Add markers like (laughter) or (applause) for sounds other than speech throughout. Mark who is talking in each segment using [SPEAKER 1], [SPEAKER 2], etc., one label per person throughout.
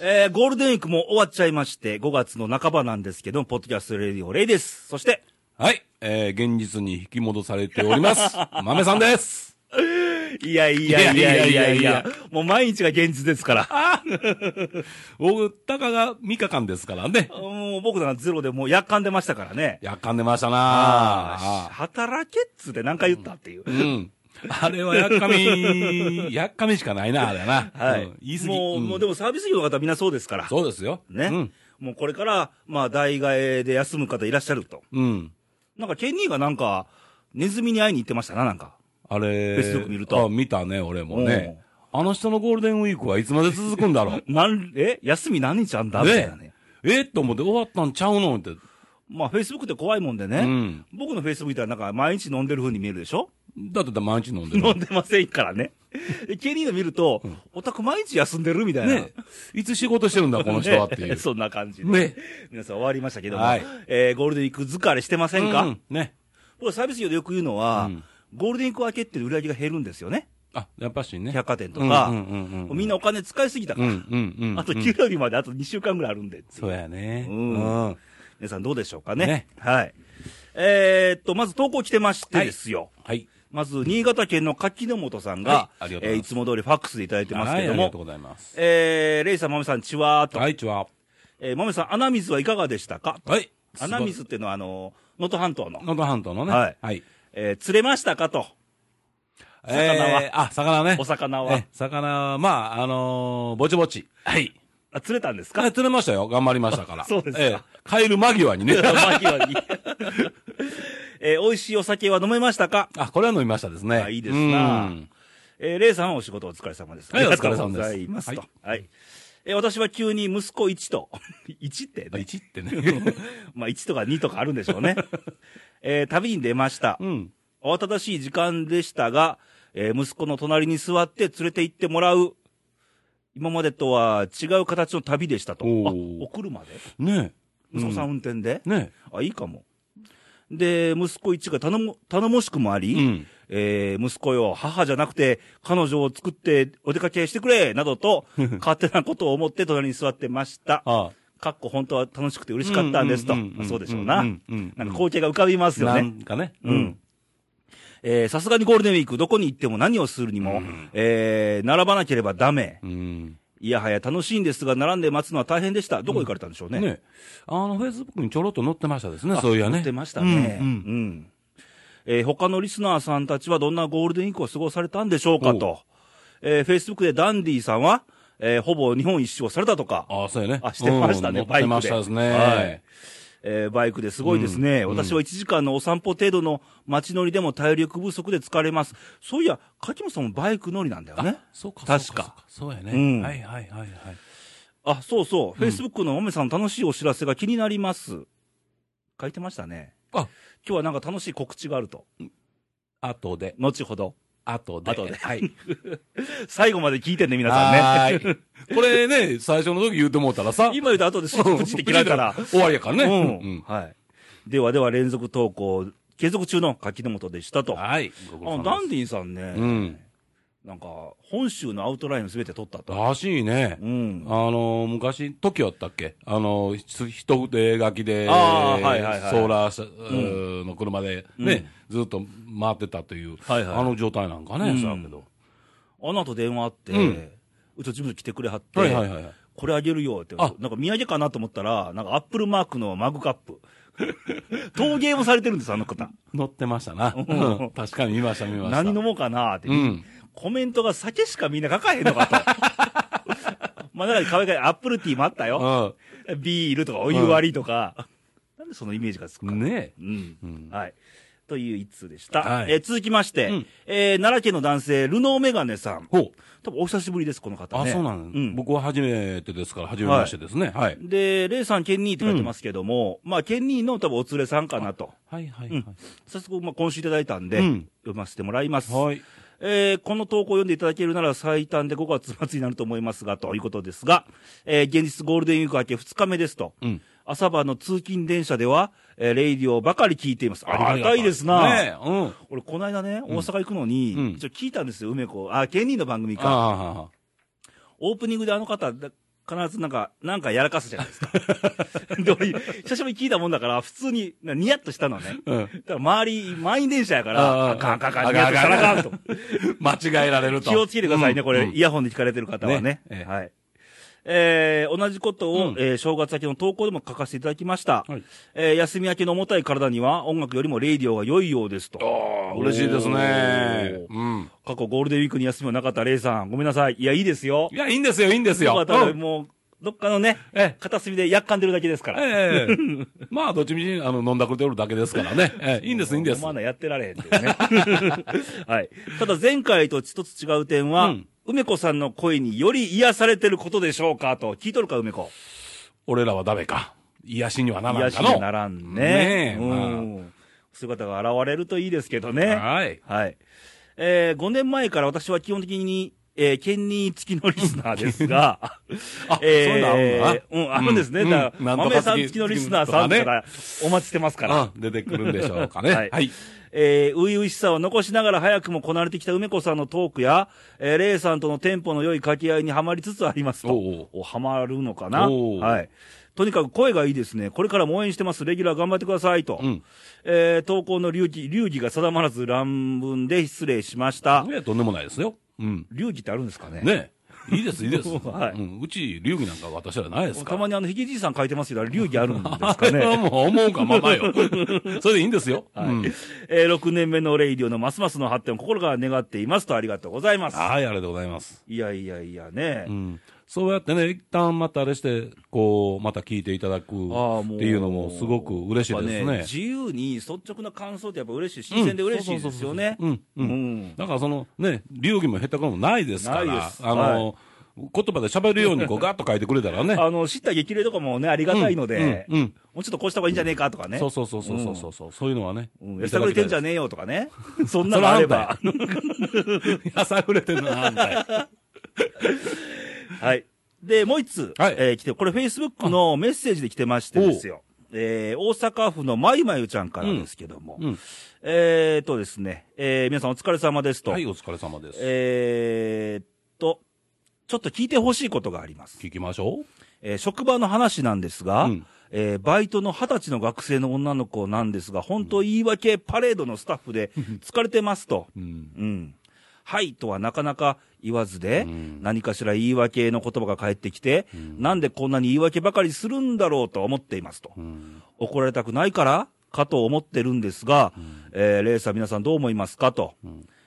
[SPEAKER 1] えー、ゴールデンウィークも終わっちゃいまして、5月の半ばなんですけども、ポッドキャストレディオレイです。そして、
[SPEAKER 2] はい、えー、現実に引き戻されており
[SPEAKER 1] (laughs)
[SPEAKER 2] ます。豆さんです。
[SPEAKER 1] いやいやいやいやいや、
[SPEAKER 2] いやいやいやいや
[SPEAKER 1] もう毎日が現実ですから。
[SPEAKER 2] 僕、たかが3日間ですからね。
[SPEAKER 1] もう僕なんかゼロでもうやっかんでましたからね。
[SPEAKER 2] やっかんでました
[SPEAKER 1] あ
[SPEAKER 2] な
[SPEAKER 1] あ、働けっつって何回言ったっていう。
[SPEAKER 2] ーうん。あれはやっか
[SPEAKER 1] (laughs)
[SPEAKER 2] み、やっかみしかないな、あれはな。
[SPEAKER 1] はい、
[SPEAKER 2] うん言い過ぎ。
[SPEAKER 1] もう、
[SPEAKER 2] うん
[SPEAKER 1] もうでもサービス業の方はみんなそうですから。
[SPEAKER 2] そうですよ。
[SPEAKER 1] ね、
[SPEAKER 2] うん。
[SPEAKER 1] もうこれから、まあ、代替えで休む方いらっしゃると。
[SPEAKER 2] うん。
[SPEAKER 1] なんか、ケニーがなんか、ネズミに会いに行ってましたな、なん
[SPEAKER 2] (laughs)
[SPEAKER 1] か。
[SPEAKER 2] あれ、
[SPEAKER 1] Facebook 見ると
[SPEAKER 2] あ、見たね、俺もね。あの人のゴールデンウィークはいつまで続くんだろう。
[SPEAKER 1] なん、え休み何日あんだみたい (laughs) なね。
[SPEAKER 2] えっと思って終わったんちゃうのって。
[SPEAKER 1] まあ、フェイスブックって怖いもんでね。
[SPEAKER 2] うん
[SPEAKER 1] 僕のフェイスブックはなんか、毎日飲んでる風に見えるでしょ
[SPEAKER 2] だって毎日飲んで
[SPEAKER 1] 飲
[SPEAKER 2] る。
[SPEAKER 1] んでませんからね。 (laughs) でケニーの見ると、オタク毎日休んでるみたいな。
[SPEAKER 2] ね。いつ仕事してるんだ、この人はっていう。
[SPEAKER 1] (laughs) そんな感じで。
[SPEAKER 2] ね
[SPEAKER 1] 皆さん終わりましたけども、
[SPEAKER 2] はい
[SPEAKER 1] えーゴールデンウィーク疲れしてませんか、
[SPEAKER 2] うんね。
[SPEAKER 1] 僕サービス業でよく言うのは、
[SPEAKER 2] うん
[SPEAKER 1] ゴールデンウィーク明けって売り上げが減るんですよね。
[SPEAKER 2] あ、やっぱしね。
[SPEAKER 1] 百貨店とか、
[SPEAKER 2] うんうんうんうん
[SPEAKER 1] みんなお金使いすぎた
[SPEAKER 2] う
[SPEAKER 1] か
[SPEAKER 2] ん
[SPEAKER 1] ら、
[SPEAKER 2] うんうんうん。
[SPEAKER 1] あと給料日まであと2週間ぐらいあるんでっていう
[SPEAKER 2] そうやね。
[SPEAKER 1] うん皆さんどうでしょうかね。
[SPEAKER 2] ね
[SPEAKER 1] はい。えーっと、まず投稿来てましてですよ。
[SPEAKER 2] はい。
[SPEAKER 1] まず、新潟県の柿の本さん
[SPEAKER 2] は
[SPEAKER 1] が、
[SPEAKER 2] いあり
[SPEAKER 1] い
[SPEAKER 2] がとうござ
[SPEAKER 1] えー
[SPEAKER 2] います
[SPEAKER 1] いつも通りファックスでいただいてますけど
[SPEAKER 2] はいありがとう
[SPEAKER 1] も、
[SPEAKER 2] ございます。
[SPEAKER 1] えー、レイさん、まめさん、ちわーっと。
[SPEAKER 2] はい、ちは。
[SPEAKER 1] えー、まめさん、穴水はいかがでしたか
[SPEAKER 2] はい。
[SPEAKER 1] 穴水っていうのは、あの、能登半島の
[SPEAKER 2] 能、登半島のね。
[SPEAKER 1] はい
[SPEAKER 2] はい。
[SPEAKER 1] えー釣れましたかと、魚は
[SPEAKER 2] えーあ、魚ね
[SPEAKER 1] お。魚は
[SPEAKER 2] え。魚、まあ、あのー、ぼちぼち。はい。
[SPEAKER 1] あ釣れたんですか (laughs)
[SPEAKER 2] はい釣れましたよ。頑張りましたから。
[SPEAKER 1] そうですか
[SPEAKER 2] えー帰る間際にね。
[SPEAKER 1] 間際に。 (laughs) えー美味しいお酒は飲めましたか
[SPEAKER 2] あ、これは飲みましたですね。
[SPEAKER 1] あいいですな
[SPEAKER 2] うん
[SPEAKER 1] えー、レイさんはお仕事お疲れ様です。
[SPEAKER 2] はい
[SPEAKER 1] ありがとうご
[SPEAKER 2] お疲れ様
[SPEAKER 1] ざ
[SPEAKER 2] です
[SPEAKER 1] いますと。
[SPEAKER 2] は
[SPEAKER 1] はい。えー私は急に息子1と、1って
[SPEAKER 2] あ
[SPEAKER 1] ね、
[SPEAKER 2] 一ってね。 (laughs)
[SPEAKER 1] (laughs) まあ1とか2とかあるんでしょうね。えー旅に出ました
[SPEAKER 2] う。ん。
[SPEAKER 1] 慌ただしい時間でしたが、えー息子の隣に座って連れて行ってもらう。今までとは違う形の旅でしたと。あ、
[SPEAKER 2] おー
[SPEAKER 1] お車で
[SPEAKER 2] ねえ。
[SPEAKER 1] 息子さん
[SPEAKER 2] う
[SPEAKER 1] 運転で、
[SPEAKER 2] ね
[SPEAKER 1] あ、いいかも。で、息子一が頼も、頼もしくもあり、
[SPEAKER 2] うん
[SPEAKER 1] えー息子よ、母じゃなくて、彼女を作ってお出かけしてくれ、など
[SPEAKER 2] (laughs)
[SPEAKER 1] と、勝手なことを思って隣に座ってました。
[SPEAKER 2] ああ
[SPEAKER 1] かっこ本当は楽しくて嬉しかったんですと。
[SPEAKER 2] うんうんうんうん
[SPEAKER 1] まあそうでしょうな。な
[SPEAKER 2] う
[SPEAKER 1] んん
[SPEAKER 2] うんうん
[SPEAKER 1] か光景が浮かびますよ
[SPEAKER 2] な
[SPEAKER 1] ね。
[SPEAKER 2] んかね。
[SPEAKER 1] うん。えーさすがにゴールデンウィーク、どこに行っても何をするにも、えー並ばなければダメ。
[SPEAKER 2] うん。
[SPEAKER 1] いやはや楽しいんですが、並んで待つのは大変でした。どこ行かれたんでしょうね。
[SPEAKER 2] ねあの、フェイスブックにちょろっと載ってましたですね、そういやね。
[SPEAKER 1] 載ってましたね。
[SPEAKER 2] う
[SPEAKER 1] うんん。
[SPEAKER 2] うん
[SPEAKER 1] えー他のリスナーさんたちはどんなゴールデンウィークを過ごされたんでしょうか
[SPEAKER 2] お
[SPEAKER 1] と。えー、Facebook でダンディさんは、えーほぼ日本一周をされたとか。
[SPEAKER 2] ああ、そうやね。
[SPEAKER 1] あしてましたね
[SPEAKER 2] うん
[SPEAKER 1] バイクで
[SPEAKER 2] 乗ってましたですね。
[SPEAKER 1] はいえーバイクですごいですね、私は1時間のお散歩程度の街乗りでも体力不足で疲れます。そういや、柿本さんもバイク乗りなんだよね。
[SPEAKER 2] そうか、
[SPEAKER 1] 確
[SPEAKER 2] そう
[SPEAKER 1] か
[SPEAKER 2] か。そうやね。
[SPEAKER 1] うん
[SPEAKER 2] はいはいはいはい。
[SPEAKER 1] あ、そうそう。Facebook のおめさんの楽しいお知らせが気になります。書いてましたね。
[SPEAKER 2] あ、
[SPEAKER 1] 今日はなんか楽しい告知があると。
[SPEAKER 2] 後で、
[SPEAKER 1] 後ほど。
[SPEAKER 2] 後で。
[SPEAKER 1] 後で
[SPEAKER 2] はい。
[SPEAKER 1] 最後まで聞いて (laughs) ね、皆さんね。
[SPEAKER 2] はーいこれね、最初の時言うてもうたらさ、
[SPEAKER 1] 今言うと後でスイッチって切られたら。
[SPEAKER 2] 終わりやからね。
[SPEAKER 1] うん。はい。ではでは連続投稿、継続中の柿本でした
[SPEAKER 2] うん
[SPEAKER 1] と。あ
[SPEAKER 2] はい。ご苦労様です
[SPEAKER 1] ダンディンさんね、
[SPEAKER 2] うん。
[SPEAKER 1] なんか、本州のアウトラインすべて取ったと。
[SPEAKER 2] らしいね。
[SPEAKER 1] うん
[SPEAKER 2] あ。のー、昔、t o k やったっけあのー、ひ一筆書きで、
[SPEAKER 1] あーはいはいはい
[SPEAKER 2] ソーラー車うーの車でね、ずっと回ってたという、
[SPEAKER 1] はいはい
[SPEAKER 2] あの状態なんかね、そうやけど。
[SPEAKER 1] あの後電話あって、うちの事務所来てくれはって、
[SPEAKER 2] はいはいはいはい
[SPEAKER 1] これあげるよって、な
[SPEAKER 2] あ
[SPEAKER 1] んか土産かなと思ったら、なんかアップルマークのマグカッ
[SPEAKER 2] (laughs)
[SPEAKER 1] プ。陶芸もされてるんです、あの方。
[SPEAKER 2] 乗ってましたな。
[SPEAKER 1] ん
[SPEAKER 2] 確かに見ました見ました。
[SPEAKER 1] 何飲もうかなって、
[SPEAKER 2] うん
[SPEAKER 1] コメントが酒しかみんな書かへんの
[SPEAKER 2] (laughs)
[SPEAKER 1] かと。まあ、だから可愛いからアップルティーもあったよ。
[SPEAKER 2] う
[SPEAKER 1] ビールとかお湯割りとか、なんでそのイメージがつくか
[SPEAKER 2] ん。
[SPEAKER 1] な
[SPEAKER 2] ねえ。
[SPEAKER 1] うん。
[SPEAKER 2] うん
[SPEAKER 1] はい。という一通でした。
[SPEAKER 2] はい
[SPEAKER 1] えー続きまして、
[SPEAKER 2] うん
[SPEAKER 1] えー奈良県の男性、ルノーメガネさん。
[SPEAKER 2] ほう。
[SPEAKER 1] 多分お久しぶりです、この方
[SPEAKER 2] あ、
[SPEAKER 1] ね。
[SPEAKER 2] そうなん
[SPEAKER 1] う
[SPEAKER 2] だ
[SPEAKER 1] ん。
[SPEAKER 2] 僕は初めてですから、初めましてですね。はい。
[SPEAKER 1] で、レイさん、ケンニーって書いてますけども、まあ、ケンニーの多分お連れさんかなと。
[SPEAKER 2] はいはい
[SPEAKER 1] うん早速、まあ、今週いただいたんで、
[SPEAKER 2] うん
[SPEAKER 1] 読ませてもらいます。
[SPEAKER 2] はい。
[SPEAKER 1] えーこの投稿を読んでいただけるなら最短で5月末になると思いますが、ということですが、えー現実ゴールデンウィーク明け2日目ですと。
[SPEAKER 2] うん
[SPEAKER 1] 朝晩の通勤電車では、えーレイディオばかり聞いています。ありがたいですな。
[SPEAKER 2] ねえ。うん。
[SPEAKER 1] 俺、この間ね、大阪行くのに、
[SPEAKER 2] うん
[SPEAKER 1] 一応聞いたんですよ、梅子。あ、ケニーの番組か。
[SPEAKER 2] あ
[SPEAKER 1] オープニングであの方、だ必ずなんか、なんかやらかすじゃないです
[SPEAKER 2] (laughs)
[SPEAKER 1] か。で、俺、久しぶりに聞いたもんだから、普通に、なニヤッとしたのね。
[SPEAKER 2] うん
[SPEAKER 1] だから周り、満員電車やか
[SPEAKER 2] あ
[SPEAKER 1] ら、
[SPEAKER 2] あ
[SPEAKER 1] あかんあかんあか
[SPEAKER 2] あ
[SPEAKER 1] ん、ニヤッとしたらあかんと。
[SPEAKER 2] 間違えられると。
[SPEAKER 1] 気をつけてくださいね、
[SPEAKER 2] うん
[SPEAKER 1] これ、
[SPEAKER 2] うん
[SPEAKER 1] イヤホンで聞かれてる方はね
[SPEAKER 2] ね。ええ
[SPEAKER 1] はい。えー、同じことを、
[SPEAKER 2] うん
[SPEAKER 1] えー正月明けの投稿でも書かせていただきました。
[SPEAKER 2] はい
[SPEAKER 1] えー休み明けの重たい体には音楽よりもレイディオが良いようですと。
[SPEAKER 2] おー嬉しいですね。うん。
[SPEAKER 1] 過去ゴールデンウィークに休みはなかったレイさん、ごめんなさい。いや、いいですよ。
[SPEAKER 2] いや、いいんですよ、いいんですよ。
[SPEAKER 1] 僕はただ
[SPEAKER 2] うん
[SPEAKER 1] もう、どっかのね、
[SPEAKER 2] ええ
[SPEAKER 1] 片隅でやっかんでるだけですから。
[SPEAKER 2] ええまあ、どっちみち、あの、飲んだくれてるだけですからね。ええいいんです、いいんです。
[SPEAKER 1] まだやってられへんっていうね。 (laughs) はい。ただ前回と一つ違う点は、
[SPEAKER 2] うん
[SPEAKER 1] 梅子さんの声により癒されてることでしょうかと、聞いとるか、梅子。
[SPEAKER 2] 俺らはダメか。癒しにはならん
[SPEAKER 1] 癒
[SPEAKER 2] か
[SPEAKER 1] し
[SPEAKER 2] の。
[SPEAKER 1] にならんね。
[SPEAKER 2] ねえ
[SPEAKER 1] うん。姿が現れるといいですけどね。
[SPEAKER 2] はい。
[SPEAKER 1] はい。えー、5年前から私は基本的に、えー、県人付きのリスナーですが、 (laughs)
[SPEAKER 2] あ、そういうのあるんだな
[SPEAKER 1] えー、うん、あるんですね。
[SPEAKER 2] う
[SPEAKER 1] だから、
[SPEAKER 2] うなんと
[SPEAKER 1] 豆
[SPEAKER 2] か
[SPEAKER 1] さん付きのリスナーさんか
[SPEAKER 2] とね
[SPEAKER 1] らお待ちしてますから。
[SPEAKER 2] うん出てくるんでしょうかね。
[SPEAKER 1] は
[SPEAKER 2] はいい。
[SPEAKER 1] えー、初々しさを残しながら早くもこなれてきた梅子さんのトークや、えー、レイさんとのテンポの良い掛け合いにはまりつつありますと。
[SPEAKER 2] おうおう
[SPEAKER 1] おはまるのかな
[SPEAKER 2] おう
[SPEAKER 1] はい。とにかく声がいいですね。これからも応援してます。レギュラー頑張ってくださいと。
[SPEAKER 2] うん
[SPEAKER 1] えー、投稿の流儀、流儀が定まらず乱文で失礼しました
[SPEAKER 2] い。や、とんでもないですよ。うん。
[SPEAKER 1] 流儀ってあるんですかね
[SPEAKER 2] ねいいです、いいです。
[SPEAKER 1] はい
[SPEAKER 2] うんうち、流儀なんか私らないです
[SPEAKER 1] た
[SPEAKER 2] から。
[SPEAKER 1] まにあの、ひげじいさん書いてますけど、流儀あるんですか
[SPEAKER 2] あれは
[SPEAKER 1] ね
[SPEAKER 2] も (laughs) う思うかままよ。
[SPEAKER 1] (laughs)
[SPEAKER 2] それでいいんですよ。
[SPEAKER 1] はい
[SPEAKER 2] うん
[SPEAKER 1] えー、6年目のレイディオのますますの発展を心から願っていますとありがとうございます。
[SPEAKER 2] はい、ありがとうございます。
[SPEAKER 1] いやいやいやね。
[SPEAKER 2] うん、そうやってね、一旦またあれして、こう、また聞いていただくって
[SPEAKER 1] ああも
[SPEAKER 2] いうのも、すごく嬉しいです
[SPEAKER 1] やっぱ
[SPEAKER 2] ね。
[SPEAKER 1] 自由に率直な感想ってやっぱ嬉しい、新鮮で嬉しいですよね。
[SPEAKER 2] うん、うん。
[SPEAKER 1] うん
[SPEAKER 2] だからそのね、流儀も減ったこともないですから、
[SPEAKER 1] ないです
[SPEAKER 2] あの、言葉で喋るようにこうガッと書いてくれたらね。
[SPEAKER 1] あの、知った激励とかもね、ありがたいので、
[SPEAKER 2] うんうんうん
[SPEAKER 1] もうちょっとこうした方がいいんじゃねえかとかね。
[SPEAKER 2] そうそうそうそうそうそう、うそういうのはね。
[SPEAKER 1] うん。やさぐれてんじゃねえよとか
[SPEAKER 2] (laughs)
[SPEAKER 1] ね。そんな
[SPEAKER 2] そ
[SPEAKER 1] の
[SPEAKER 2] れは
[SPEAKER 1] あ
[SPEAKER 2] あ
[SPEAKER 1] れ
[SPEAKER 2] んたや
[SPEAKER 1] ば。
[SPEAKER 2] え。 (laughs) やさぐれてるのはあんたや
[SPEAKER 1] はい。で、もう一通、
[SPEAKER 2] はい
[SPEAKER 1] えー来て、これ Facebook のメッセージで来てましてですよ。えー大阪府のまゆまゆちゃんからですけども。
[SPEAKER 2] うんうん
[SPEAKER 1] えーとですね、えー皆さんお疲れ様ですと。
[SPEAKER 2] はい、お疲れ様です。
[SPEAKER 1] えーっと、ちょっと聞いてほしいことがあります。
[SPEAKER 2] 聞きましょう。
[SPEAKER 1] えー職場の話なんですが、
[SPEAKER 2] うん
[SPEAKER 1] えーバイトの二十歳の学生の女の子なんですが、本当言い訳パレードのスタッフで疲れてますと。
[SPEAKER 2] うん。
[SPEAKER 1] うん。はいとはなかなか言わずで、
[SPEAKER 2] うん
[SPEAKER 1] 何かしら言い訳の言葉が返ってきて、なんでこんなに言い訳ばかりするんだろうと思っていますと。
[SPEAKER 2] うん。
[SPEAKER 1] 怒られたくないからかと思ってるんですが、えーレーサー皆さんどう思いますかと、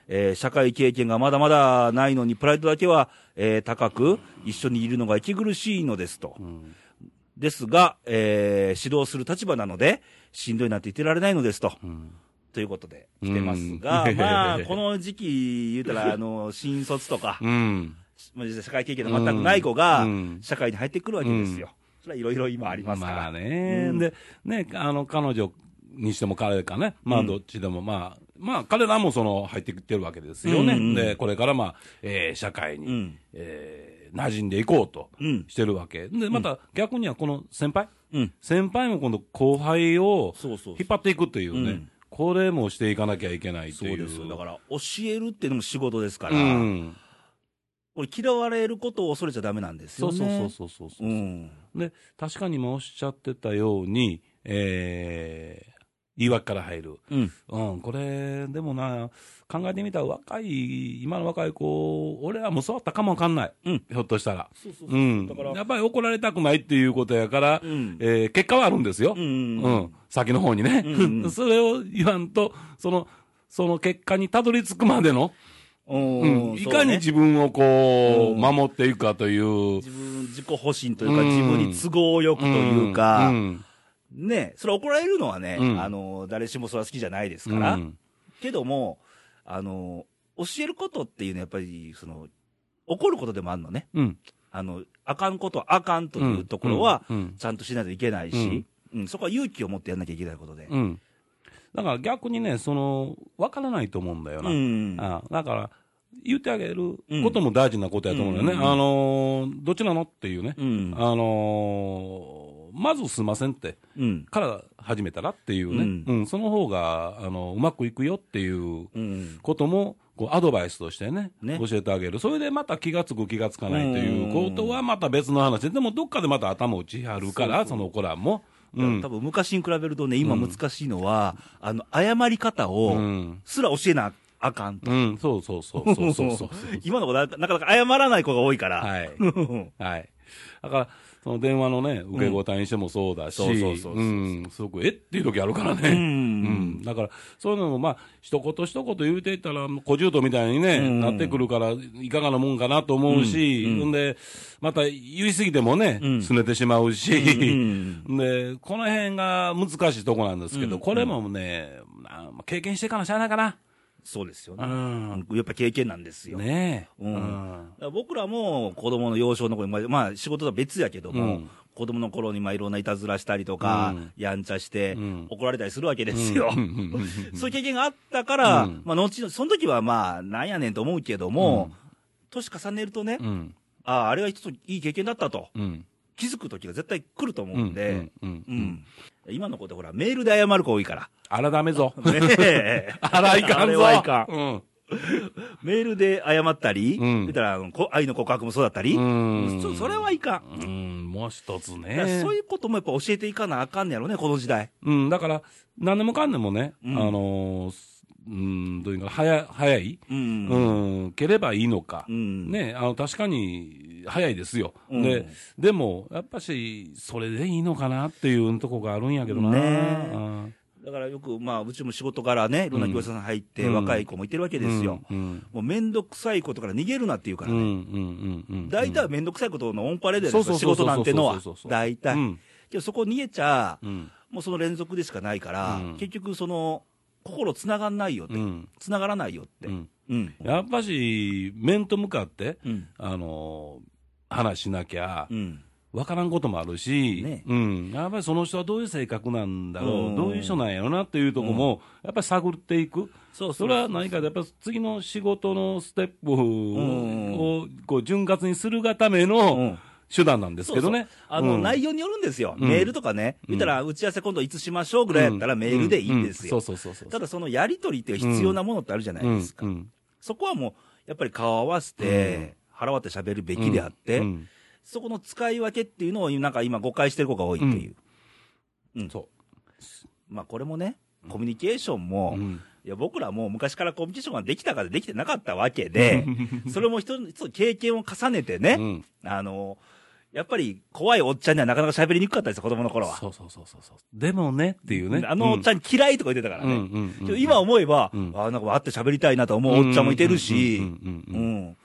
[SPEAKER 1] えー社会経験がまだまだないのにプライドだけは、えー高く一緒にいるのが息苦しいのですと。
[SPEAKER 2] ん
[SPEAKER 1] ですが、えー指導する立場なので、しんどいなんて言ってられないのですと。
[SPEAKER 2] ん
[SPEAKER 1] ということで、来てますが、
[SPEAKER 2] うん
[SPEAKER 1] ま
[SPEAKER 2] (laughs)
[SPEAKER 1] あ、この時期言うたら、あの、新卒とか、
[SPEAKER 2] うん。
[SPEAKER 1] まあ実際社会経験の全くない子が
[SPEAKER 2] うんうん、
[SPEAKER 1] 社会に入ってくるわけですよ。それはいろいろ今ありますから。
[SPEAKER 2] まあね、
[SPEAKER 1] うん
[SPEAKER 2] で、ね、あの、彼女にしても彼かね、ま
[SPEAKER 1] う
[SPEAKER 2] あ
[SPEAKER 1] ん
[SPEAKER 2] どっちでも、まあ、まあ彼らもその入ってきてるわけですよね。
[SPEAKER 1] うんうんうん
[SPEAKER 2] で、これからまあ、えー社会に、
[SPEAKER 1] うん
[SPEAKER 2] えー馴染んでいこうと
[SPEAKER 1] うん
[SPEAKER 2] してるわけ。で、また逆にはこの先輩、
[SPEAKER 1] うん
[SPEAKER 2] 先輩も今度後輩を
[SPEAKER 1] そうそう
[SPEAKER 2] 引っ張っていくというね、
[SPEAKER 1] うん
[SPEAKER 2] これもしていかなきゃいけないと
[SPEAKER 1] そう
[SPEAKER 2] い
[SPEAKER 1] で
[SPEAKER 2] う。
[SPEAKER 1] すよだから、教えるっていうのも仕事ですから、
[SPEAKER 2] うん。
[SPEAKER 1] これ嫌われることを恐れちゃダメなんです
[SPEAKER 2] そ
[SPEAKER 1] よ
[SPEAKER 2] う
[SPEAKER 1] ね。
[SPEAKER 2] そうそうそうそうそう。
[SPEAKER 1] うん。
[SPEAKER 2] で、確かに今おっしゃってたように、えー、言い訳から入る。
[SPEAKER 1] うん。
[SPEAKER 2] うん、これ、でもな、考えてみたら若い、今の若い子、俺らもそうだったかもわかんない。
[SPEAKER 1] うん
[SPEAKER 2] ひょっとしたら。
[SPEAKER 1] そうそうそう。
[SPEAKER 2] うん。
[SPEAKER 1] だから
[SPEAKER 2] やっぱり怒られたくないっていうことやから、
[SPEAKER 1] うん
[SPEAKER 2] えー結果はあるんですよ。
[SPEAKER 1] うん
[SPEAKER 2] うん。
[SPEAKER 1] うん
[SPEAKER 2] 先の方にね。
[SPEAKER 1] うんうん
[SPEAKER 2] (laughs) それを言わんと、その、その結果にたどり着くまでの、
[SPEAKER 1] うん
[SPEAKER 2] うん、いかに
[SPEAKER 1] 自
[SPEAKER 2] 自分をこう、
[SPEAKER 1] うん
[SPEAKER 2] 守っていくかという。
[SPEAKER 1] 自分、自己保身というか、
[SPEAKER 2] うん
[SPEAKER 1] 自分に都合よくというか、
[SPEAKER 2] うん
[SPEAKER 1] ね、それ怒られるのはね、
[SPEAKER 2] うん
[SPEAKER 1] あの、誰しもそれは好きじゃないですから、
[SPEAKER 2] うん
[SPEAKER 1] けども、あの、教えることっていうのはやっぱり、その、怒ることでもあるのね。
[SPEAKER 2] うん。
[SPEAKER 1] あの、あかんことはあかんというところは、
[SPEAKER 2] うんうん
[SPEAKER 1] ちゃんとしないといけないし、うんそこは勇気を持ってやんなきゃいけないことで。
[SPEAKER 2] うん。だから逆にね、その、わからないと思うんだよな。
[SPEAKER 1] うん
[SPEAKER 2] あだから、言ってあげることも大事なことやと思うんだよね。
[SPEAKER 1] うん
[SPEAKER 2] あのーどっちなのっていうね。
[SPEAKER 1] うん
[SPEAKER 2] あのーまずすいませんって。
[SPEAKER 1] うん。
[SPEAKER 2] から始めたらっていうね、
[SPEAKER 1] うん
[SPEAKER 2] うんその方があのうまくいくよっていう
[SPEAKER 1] うん。
[SPEAKER 2] こともこうアドバイスとしてね
[SPEAKER 1] ね
[SPEAKER 2] 教えてあげる、それでまた気がつく、気がつかないと
[SPEAKER 1] う
[SPEAKER 2] い
[SPEAKER 1] ん
[SPEAKER 2] うことはまた別の話で、でもどっかでまた頭打ちはるから、その子らも、う
[SPEAKER 1] うん、
[SPEAKER 2] ん
[SPEAKER 1] 多分昔に比べるとね、今難しいのは、あの、謝り方
[SPEAKER 2] う
[SPEAKER 1] を、
[SPEAKER 2] ん、
[SPEAKER 1] すら教えなあかんと。
[SPEAKER 2] うん、そうそうそうそうそう
[SPEAKER 1] (laughs)
[SPEAKER 2] そう
[SPEAKER 1] 今の子な、なかなか謝らない子が多いから。
[SPEAKER 2] はい
[SPEAKER 1] うん
[SPEAKER 2] はい。だから、その電話のね、受け答えにしてもそうだし、
[SPEAKER 1] うんそうそうそうそう
[SPEAKER 2] うんすごく、えっていう時あるからね。
[SPEAKER 1] う
[SPEAKER 2] うんん、だから、そういうのも、まあ、一言一言言うていったら、小柔道みたいにね、
[SPEAKER 1] うん
[SPEAKER 2] なってくるから、いかがなもんかなと思うし、
[SPEAKER 1] うんうん
[SPEAKER 2] んで、また言い過ぎてもね、
[SPEAKER 1] うん
[SPEAKER 2] 拗ねてしまうし、
[SPEAKER 1] うん
[SPEAKER 2] で、この辺が難しいとこなんですけど、
[SPEAKER 1] うん
[SPEAKER 2] これもね、な経験していかなしゃあないかな。
[SPEAKER 1] そうですよ
[SPEAKER 2] う
[SPEAKER 1] ね。
[SPEAKER 2] ん。
[SPEAKER 1] やっぱ経験なんですよ。
[SPEAKER 2] ねえ。
[SPEAKER 1] うん
[SPEAKER 2] うん
[SPEAKER 1] だから僕らも子供の幼少の頃に、まあまあ、仕事とは別やけども、
[SPEAKER 2] うん
[SPEAKER 1] 子供の頃にまあいろんないたずらしたりとか、
[SPEAKER 2] うん
[SPEAKER 1] やんちゃして、
[SPEAKER 2] うん
[SPEAKER 1] 怒られたりするわけですよ。
[SPEAKER 2] うんうんう
[SPEAKER 1] (laughs)
[SPEAKER 2] ん
[SPEAKER 1] そういう経験があったから、
[SPEAKER 2] うん
[SPEAKER 1] まあ、後の、その時はまあ、なんやねんと思うけども、年重ねるとね、
[SPEAKER 2] うん。
[SPEAKER 1] ああ、あれが一ついい経験だったと、
[SPEAKER 2] うん。
[SPEAKER 1] 気づく時が絶対来ると思
[SPEAKER 2] う
[SPEAKER 1] うん
[SPEAKER 2] ん。
[SPEAKER 1] で、
[SPEAKER 2] うん。う
[SPEAKER 1] うん
[SPEAKER 2] ん。
[SPEAKER 1] 今の子ってほら、メールで謝る子多いから。
[SPEAKER 2] あらダメぞ。
[SPEAKER 1] ねえ
[SPEAKER 2] (laughs) あらい
[SPEAKER 1] (laughs)
[SPEAKER 2] か
[SPEAKER 1] あ
[SPEAKER 2] ん
[SPEAKER 1] れ
[SPEAKER 2] ぞ。
[SPEAKER 1] はいかん
[SPEAKER 2] うん。
[SPEAKER 1] メールで謝ったり、
[SPEAKER 2] うん
[SPEAKER 1] 言ったらあのこ愛の告白もそうだったり、
[SPEAKER 2] うん
[SPEAKER 1] そそれはいかん。
[SPEAKER 2] うん、もう一つ
[SPEAKER 1] だから
[SPEAKER 2] ね。
[SPEAKER 1] そういうこともやっぱ教えていかなあかんねやろね、この時代。
[SPEAKER 2] うん、だから、何でもかんでもね、
[SPEAKER 1] うん
[SPEAKER 2] あのーすうん、どういうか、早い、早い、
[SPEAKER 1] う
[SPEAKER 2] うんん、ければいいのか。
[SPEAKER 1] うん
[SPEAKER 2] ね、あの、確かに、早いですよ。
[SPEAKER 1] うん
[SPEAKER 2] で、でも、やっぱし、それでいいのかなっていうとこがあるんやけどな。
[SPEAKER 1] ね
[SPEAKER 2] うん
[SPEAKER 1] だからよく、まあ、うちも仕事からね、いろんな業者さん入って、
[SPEAKER 2] うん
[SPEAKER 1] 若い子もいてるわけですよ。
[SPEAKER 2] うん。
[SPEAKER 1] もうめんどくさいことから逃げるなって言うか
[SPEAKER 2] うん、う
[SPEAKER 1] ら
[SPEAKER 2] ん、う
[SPEAKER 1] ね。
[SPEAKER 2] んうん。うん
[SPEAKER 1] 大体は、めんどくさいことのオンパレードや
[SPEAKER 2] そ
[SPEAKER 1] で
[SPEAKER 2] う
[SPEAKER 1] す
[SPEAKER 2] そう
[SPEAKER 1] よ、仕
[SPEAKER 2] そうそう
[SPEAKER 1] 事なんてのは
[SPEAKER 2] そうそう。そう
[SPEAKER 1] 大
[SPEAKER 2] う
[SPEAKER 1] 体。
[SPEAKER 2] ん。
[SPEAKER 1] けどそこ逃げちゃ、
[SPEAKER 2] うん。
[SPEAKER 1] もうその連続でしかないから
[SPEAKER 2] うん、
[SPEAKER 1] 結局その、心つながんないよって
[SPEAKER 2] う。ん。
[SPEAKER 1] つながらないよって
[SPEAKER 2] う。ん。
[SPEAKER 1] うん。
[SPEAKER 2] やっぱし、面と向かって、
[SPEAKER 1] うん。
[SPEAKER 2] あのー話しなきゃ
[SPEAKER 1] う、ん。
[SPEAKER 2] 分からんこともあるし、
[SPEAKER 1] ね
[SPEAKER 2] うん、やっぱりその人はどういう性格なんだろう、
[SPEAKER 1] うん
[SPEAKER 2] どういう人なんやろなっていうところも、やっぱり探っていく、
[SPEAKER 1] そう
[SPEAKER 2] それは何かで、やっぱり次の仕事のステップをこう潤滑にするがため
[SPEAKER 1] う
[SPEAKER 2] の
[SPEAKER 1] ん
[SPEAKER 2] 手段なんですけどね。
[SPEAKER 1] あの、
[SPEAKER 2] うん
[SPEAKER 1] 内容によるんですよ。
[SPEAKER 2] うん
[SPEAKER 1] メールとかね。見たら、打ち合わせ今度いつしましょうぐらいやったらメールでいいんですよ。
[SPEAKER 2] うんうんそうそうそうそう。
[SPEAKER 1] ただそのやりとりって必要なものってあるじゃないですか。
[SPEAKER 2] うんうん
[SPEAKER 1] そこはもう、やっぱり顔合わせて、腹割って喋るべきであって、
[SPEAKER 2] うん
[SPEAKER 1] そこの使い分けっていうのを、なんか今誤解してる子が多いっていう。
[SPEAKER 2] そ
[SPEAKER 1] まあこれもね、コミュニケーションも、
[SPEAKER 2] う。うん
[SPEAKER 1] いや僕らもう昔からコミュニケーションができたかでできてなかったわけで、それも一つ一つ経験を重ねて
[SPEAKER 2] う
[SPEAKER 1] ね、
[SPEAKER 2] ん
[SPEAKER 1] あの、やっぱり怖いおっちゃんにはなかなか喋りにくかったですよ、子供の頃は。
[SPEAKER 2] そうそうそうそうそう。でもねっていうね。
[SPEAKER 1] あのおっちゃん嫌いとか言ってたから
[SPEAKER 2] うん
[SPEAKER 1] ね。
[SPEAKER 2] うんうん
[SPEAKER 1] ちょ今思えば、
[SPEAKER 2] うん
[SPEAKER 1] ああ、なんか会って喋りたいなと思うおっちゃんもいてるし、
[SPEAKER 2] うんうんうんうんうん
[SPEAKER 1] うんやっ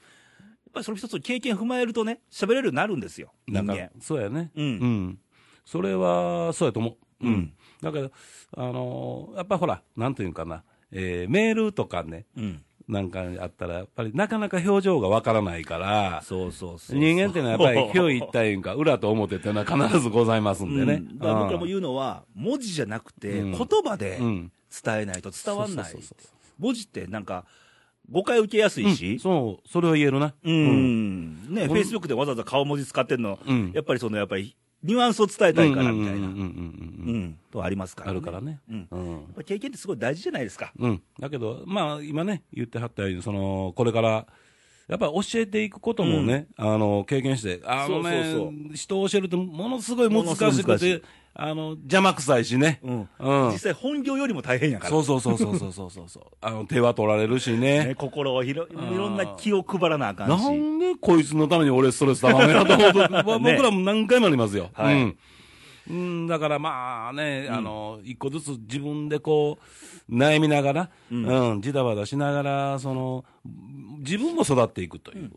[SPEAKER 1] ぱりその一つの経験踏まえるとね、喋れるようになるんですよ、人
[SPEAKER 2] なんか
[SPEAKER 1] 間。
[SPEAKER 2] そうやね。
[SPEAKER 1] うん
[SPEAKER 2] うん。それは、そうやと思う。
[SPEAKER 1] うん。
[SPEAKER 2] だから、あのーやっぱほら、なんていうんかな、えーメールとかね、
[SPEAKER 1] うん。
[SPEAKER 2] なんかあったら、やっぱりなかなか表情がわからないから、
[SPEAKER 1] そうそうそう。
[SPEAKER 2] 人間っていうのはやっぱり、
[SPEAKER 1] 今
[SPEAKER 2] 表一体いうんか、裏と表っていうのは必ずございますんでね。
[SPEAKER 1] だから僕らも
[SPEAKER 2] う
[SPEAKER 1] 言うのは、文字じゃなくて、
[SPEAKER 2] うん
[SPEAKER 1] 言葉で
[SPEAKER 2] うん
[SPEAKER 1] 伝えないと伝わんない
[SPEAKER 2] そうそうそうそ。
[SPEAKER 1] 文字ってなんか、誤解受けやすい
[SPEAKER 2] ん
[SPEAKER 1] し、
[SPEAKER 2] そう、それは言えるな。
[SPEAKER 1] うん、ね、フ
[SPEAKER 2] こ
[SPEAKER 1] ェ
[SPEAKER 2] れ
[SPEAKER 1] イスブックでわざわざ顔文字使ってんの、
[SPEAKER 2] うん
[SPEAKER 1] やっぱりその、やっぱり、ニュアンスを伝えたいからみたいな、
[SPEAKER 2] うんうん
[SPEAKER 1] う
[SPEAKER 2] うんうんうんうん
[SPEAKER 1] ん、とはありますから、
[SPEAKER 2] あるからね。
[SPEAKER 1] うん
[SPEAKER 2] うん
[SPEAKER 1] やっぱ経験ってすごい大事じゃないですか。
[SPEAKER 2] うん、だけど、まあ、今ね、言ってはったように、そのこれから、やっぱり教えていくこともね、あの経験して、あのね
[SPEAKER 1] そうそう
[SPEAKER 2] 人を教えると、ものすごい難
[SPEAKER 1] ものす
[SPEAKER 2] し
[SPEAKER 1] ごい難
[SPEAKER 2] く
[SPEAKER 1] しい
[SPEAKER 2] て、あの邪魔くさいしね、
[SPEAKER 1] うん
[SPEAKER 2] うん
[SPEAKER 1] 実際本業よりも大変やから。
[SPEAKER 2] そうそうそうそうそうそうそうそう、あの手は取られるし
[SPEAKER 1] ね、
[SPEAKER 2] ね、
[SPEAKER 1] 心をひろ、いろんな気を配らなあか
[SPEAKER 2] なん
[SPEAKER 1] し。
[SPEAKER 2] んでこいつのために俺、ストレスたまんねやと思うと、まあ僕
[SPEAKER 1] ね
[SPEAKER 2] らも何回もありますよ。
[SPEAKER 1] はい
[SPEAKER 2] うんうん、だからまあね、あの、一個ずつ自分でこう、悩みながら、うん、じだばだしながら、その、自分も育っていくという。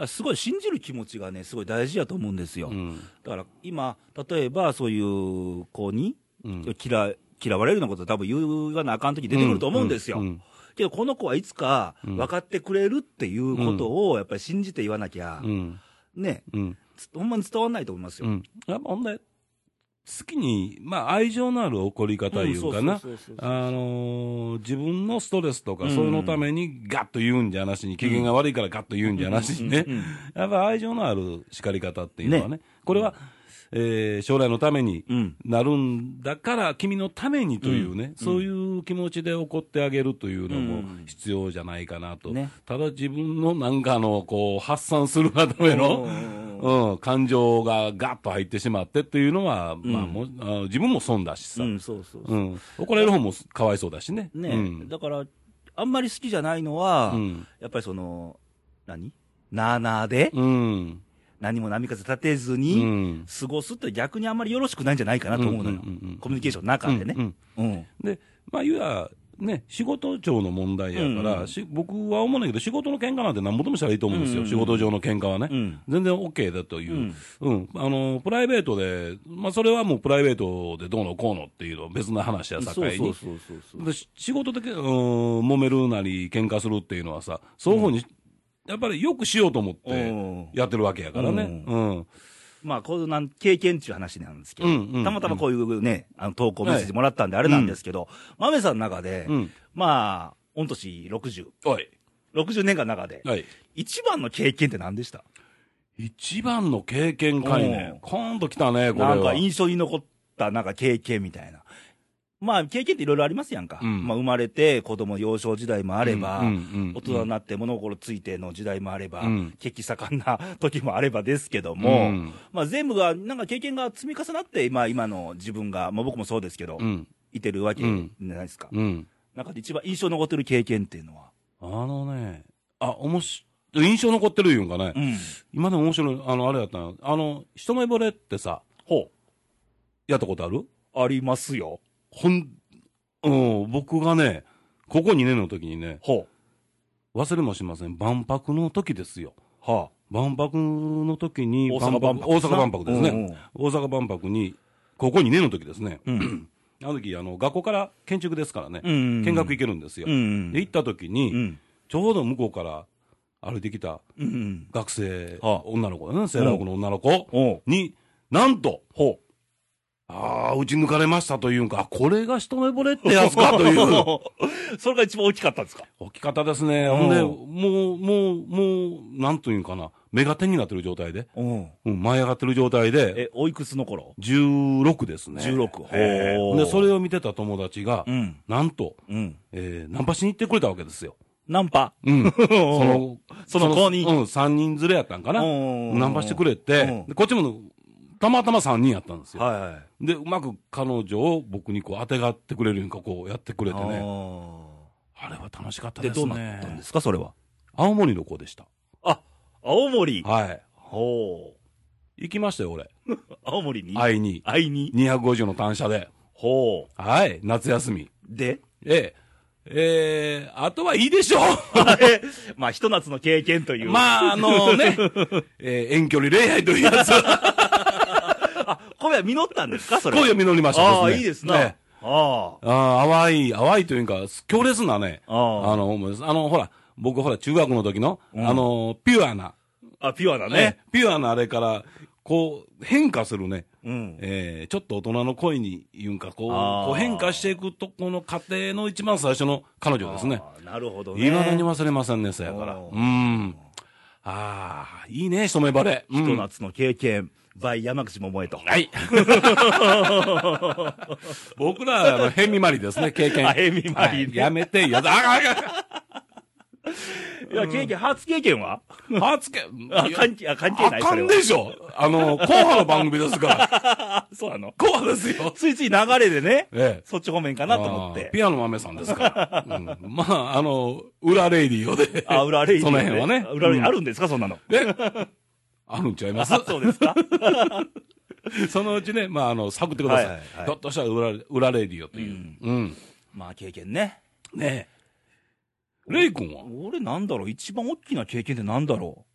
[SPEAKER 1] あすごい信じる気持ちがね、すごい大事やと思うんですよ。
[SPEAKER 2] ん
[SPEAKER 1] だから今、例えばそういう子に、
[SPEAKER 2] うん
[SPEAKER 1] 嫌嫌われるようなこと多分言わなあかん時出てくると思うんですよ。
[SPEAKER 2] うんうん
[SPEAKER 1] けどこの子はいつか分かってくれるっていうことをやっぱり信じて言わなきゃ、
[SPEAKER 2] うん。
[SPEAKER 1] ね、
[SPEAKER 2] うん。
[SPEAKER 1] つほんまに伝わらないと思いますよ。
[SPEAKER 2] うん。やっぱほんで、好きに、まあ愛情のある怒り方いうか
[SPEAKER 1] うん
[SPEAKER 2] な
[SPEAKER 1] そうそうそうそう。
[SPEAKER 2] あのー自分のストレスと
[SPEAKER 1] う
[SPEAKER 2] か、
[SPEAKER 1] ん
[SPEAKER 2] そういうのためにガッと言うんじゃなしに、機嫌が悪いからガッと言うんじゃなしにね
[SPEAKER 1] うんうん。
[SPEAKER 2] やっぱ愛情のある叱り方っていうのはね、これは、えー将来のために
[SPEAKER 1] うん
[SPEAKER 2] なるんだから、君のためにというね、そういう気持ちで怒ってあげるというのも必要じゃないかなと、
[SPEAKER 1] ね
[SPEAKER 2] ただ自分のなんかあのこう発散するがための
[SPEAKER 1] うんう、
[SPEAKER 2] うん、感情がガッと入ってしまってっていうのは、まあ、もうあ自分も損だしさ、
[SPEAKER 1] う
[SPEAKER 2] うん
[SPEAKER 1] ん、そうそうそう。
[SPEAKER 2] 怒られる方もかわいそうだしね。
[SPEAKER 1] ね、
[SPEAKER 2] うん
[SPEAKER 1] だから、あんまり好きじゃないのは、
[SPEAKER 2] うん
[SPEAKER 1] やっぱりその、何なあなあで、
[SPEAKER 2] うん
[SPEAKER 1] 何も波風立てず
[SPEAKER 2] う
[SPEAKER 1] に、
[SPEAKER 2] ん
[SPEAKER 1] 過ごすって逆にあんまりよろしくないんじゃないかなと思うのよ。
[SPEAKER 2] うんうんうん
[SPEAKER 1] コミュニケーションの中でね
[SPEAKER 2] う。ん
[SPEAKER 1] うん。
[SPEAKER 2] で、まあ、いわね、仕事上の問題やから、
[SPEAKER 1] うんうん
[SPEAKER 2] し僕は思うんだけど、仕事の喧嘩なんてなんぼともしたらいいと思うんです
[SPEAKER 1] う
[SPEAKER 2] よ、
[SPEAKER 1] んうん
[SPEAKER 2] 仕事上の喧嘩はね。
[SPEAKER 1] うん
[SPEAKER 2] 全然 OK だという、
[SPEAKER 1] う
[SPEAKER 2] うんあの、プライベートで、まあ、それはもうプライベートでどうのこうのっていうのは別の話や、さか
[SPEAKER 1] そう
[SPEAKER 2] い
[SPEAKER 1] そう
[SPEAKER 2] に。
[SPEAKER 1] そうそうそう。
[SPEAKER 2] でし仕事でけ、うーん、揉めるなり、喧嘩するっていうのはさ、双方に、やっぱりよくしようと思っ
[SPEAKER 1] うん
[SPEAKER 2] てやってるわけやからね。
[SPEAKER 1] う
[SPEAKER 2] うん。
[SPEAKER 1] まあ、こうなん経験値いう話なんですけど、
[SPEAKER 2] うんうんうん
[SPEAKER 1] たまたまこういうね、あの投稿メッセージもらったんで、あれなんですけど、マメさんの中で、
[SPEAKER 2] うん
[SPEAKER 1] まあ、御年60、
[SPEAKER 2] おい。
[SPEAKER 1] 60年間の中で、
[SPEAKER 2] はい。
[SPEAKER 1] 一番の経験って何でした
[SPEAKER 2] 一番の経験かいね。コーンときたね、これは。
[SPEAKER 1] なんか印象に残ったなんか経験みたいな。まあ、経験っていろいろありますやんか。
[SPEAKER 2] うん
[SPEAKER 1] まあ、生まれて子供幼少時代もあれば、
[SPEAKER 2] うんうんうん
[SPEAKER 1] 大人になって物心ついての時代もあれば、
[SPEAKER 2] うん
[SPEAKER 1] 血気盛んな時もあればですけども、
[SPEAKER 2] うん
[SPEAKER 1] まあ、全部が、なんか経験が積み重なって、今、今の自分が、まあ、僕もそうですけど、
[SPEAKER 2] うん。
[SPEAKER 1] いてるわけじゃないですか。
[SPEAKER 2] うん。
[SPEAKER 1] 中で一番印象に残ってる経験っていうのは。
[SPEAKER 2] あのね、あ、おもし、印象残ってるいうんかね。
[SPEAKER 1] うん。
[SPEAKER 2] 今でも面白い、あの、あれやったな。あの、一目惚れってさ、
[SPEAKER 1] ほ
[SPEAKER 2] やったことある
[SPEAKER 1] う。ありますよ。
[SPEAKER 2] ほん、うん、僕がね、ここ2年の時にね、
[SPEAKER 1] ほ
[SPEAKER 2] 忘れもしません。万博の時ですよ。
[SPEAKER 1] う。は
[SPEAKER 2] 万博の時に、
[SPEAKER 1] 大阪万博
[SPEAKER 2] 大阪万博ですね。
[SPEAKER 1] うんうん
[SPEAKER 2] 大阪万博に、ここ2年の時ですね。
[SPEAKER 1] あ。うん。
[SPEAKER 2] あの時、あの、学校から建築ですからね、
[SPEAKER 1] うん
[SPEAKER 2] 見学行けるんですよ。
[SPEAKER 1] うん
[SPEAKER 2] で、行った時に、
[SPEAKER 1] うん。
[SPEAKER 2] ちょうど向こうから歩いてきた
[SPEAKER 1] うん。
[SPEAKER 2] 学生、
[SPEAKER 1] はあ
[SPEAKER 2] 女の子だね、セーラー服の女の子
[SPEAKER 1] おう。
[SPEAKER 2] に、なんと、
[SPEAKER 1] ほう。
[SPEAKER 2] ああ、打ち抜かれましたというんか、あこれが一目惚れってや
[SPEAKER 1] (laughs)
[SPEAKER 2] つかという。
[SPEAKER 1] う。 (laughs) それが一番大きかったんですか
[SPEAKER 2] 置き方ですね。
[SPEAKER 1] うん
[SPEAKER 2] ほんで、もう、もう、もう、なんというんかな、目が点になってる状態で、
[SPEAKER 1] うん。
[SPEAKER 2] うん、舞い上がってる状態で、
[SPEAKER 1] え、おいくつの頃
[SPEAKER 2] 16ですね。
[SPEAKER 1] 16ほう
[SPEAKER 2] ええで、それを見てた友達が、
[SPEAKER 1] ん。
[SPEAKER 2] なんと、
[SPEAKER 1] うん。
[SPEAKER 2] えーナンパしに行ってくれたわけですよ。
[SPEAKER 1] ナンパ。
[SPEAKER 2] うん。 (laughs) その、
[SPEAKER 1] その子に
[SPEAKER 2] うん、3人連れやったんかな。
[SPEAKER 1] うん
[SPEAKER 2] ナンパしてくれ
[SPEAKER 1] うん
[SPEAKER 2] て、でこっちも、たまたま3人やったんですよ。
[SPEAKER 1] (laughs) は
[SPEAKER 2] で、うまく彼女を僕にこう、当てがってくれるんか、こう、やってく
[SPEAKER 1] い
[SPEAKER 2] れてね。
[SPEAKER 1] あ
[SPEAKER 2] あれは楽しかった
[SPEAKER 1] ーで、
[SPEAKER 2] です
[SPEAKER 1] ど
[SPEAKER 2] ね。
[SPEAKER 1] うなったんですか、それは。
[SPEAKER 2] 青森の子でした。
[SPEAKER 1] あ、青森。
[SPEAKER 2] はい。
[SPEAKER 1] ほ
[SPEAKER 2] 行きましたよ、俺。
[SPEAKER 1] う。青森に
[SPEAKER 2] 会いに。
[SPEAKER 1] 会いに。
[SPEAKER 2] 250の単車で。
[SPEAKER 1] ほう。
[SPEAKER 2] はい。夏休み。
[SPEAKER 1] で、
[SPEAKER 2] ええ。ええ、あとはいいでしょう
[SPEAKER 1] え (laughs) まあ、ひと夏の経験という。
[SPEAKER 2] (laughs) まあ、あのね、 (laughs) えー遠距離恋愛というやつ、
[SPEAKER 1] あ、米は実ったんですか、それは。
[SPEAKER 2] 恋を実りましたです
[SPEAKER 1] あ
[SPEAKER 2] ね。
[SPEAKER 1] あ、いいですな
[SPEAKER 2] ね。
[SPEAKER 1] ああ。
[SPEAKER 2] ああ、淡い、淡いというか、強烈なね、
[SPEAKER 1] あ
[SPEAKER 2] あ
[SPEAKER 1] ー
[SPEAKER 2] の、思いですあの、ほら、僕ほら、中学の時の、あの、ピュアな、
[SPEAKER 1] あ、ピュアだね
[SPEAKER 2] ね。、ピュアなあれから、こう、変化するね、
[SPEAKER 1] うん。
[SPEAKER 2] えーちょっと大人の恋に言うんか、こう、
[SPEAKER 1] あー
[SPEAKER 2] こう変化していくと、この過程の一番最初の彼女ですね。
[SPEAKER 1] あー。なるほどね。
[SPEAKER 2] いまだに忘れませんね、さやから。
[SPEAKER 1] お
[SPEAKER 2] う
[SPEAKER 1] ー
[SPEAKER 2] ん。ああ、いいね、一目惚れ。う
[SPEAKER 1] ひと
[SPEAKER 2] ん、
[SPEAKER 1] 夏の経験、by 山口百恵と。 (laughs)
[SPEAKER 2] はい。僕ら、あの、ヘミマリですね、経験。
[SPEAKER 1] あヘミマリね
[SPEAKER 2] はいやめて、やだ、ああ
[SPEAKER 1] いや、経験、初経験は
[SPEAKER 2] あああつけ、
[SPEAKER 1] あ、
[SPEAKER 2] いや
[SPEAKER 1] 関係、あ、関係ない。
[SPEAKER 2] あかんでしょ。あの、後派の番組です
[SPEAKER 1] (laughs)
[SPEAKER 2] から。
[SPEAKER 1] それはそうなの
[SPEAKER 2] 後派ですよ。
[SPEAKER 1] ついつい流れでね、
[SPEAKER 2] ええ。
[SPEAKER 1] そっち方面かなと思っ
[SPEAKER 2] あー
[SPEAKER 1] て。
[SPEAKER 2] ピアノ豆さんですから。うんまあ、あの、裏レイディオで。
[SPEAKER 1] あ、裏レイディ
[SPEAKER 2] そ
[SPEAKER 1] オ
[SPEAKER 2] の
[SPEAKER 1] ね
[SPEAKER 2] 辺はね。
[SPEAKER 1] 裏レイディオあ
[SPEAKER 2] る。
[SPEAKER 1] るんですか、そんなの。
[SPEAKER 2] あるんちゃい
[SPEAKER 1] あ、
[SPEAKER 2] ます
[SPEAKER 1] そうですか。 (laughs)
[SPEAKER 2] そのうちね、まあ、あの、探ってくだ
[SPEAKER 1] はい
[SPEAKER 2] さ
[SPEAKER 1] はいはい
[SPEAKER 2] い。ひょっとしたら裏、裏レイディオという。うん。
[SPEAKER 1] まあ、経験ね。
[SPEAKER 2] ねえ。レイ君は
[SPEAKER 1] 俺なんだろう、一番大きな経験ってなんだろ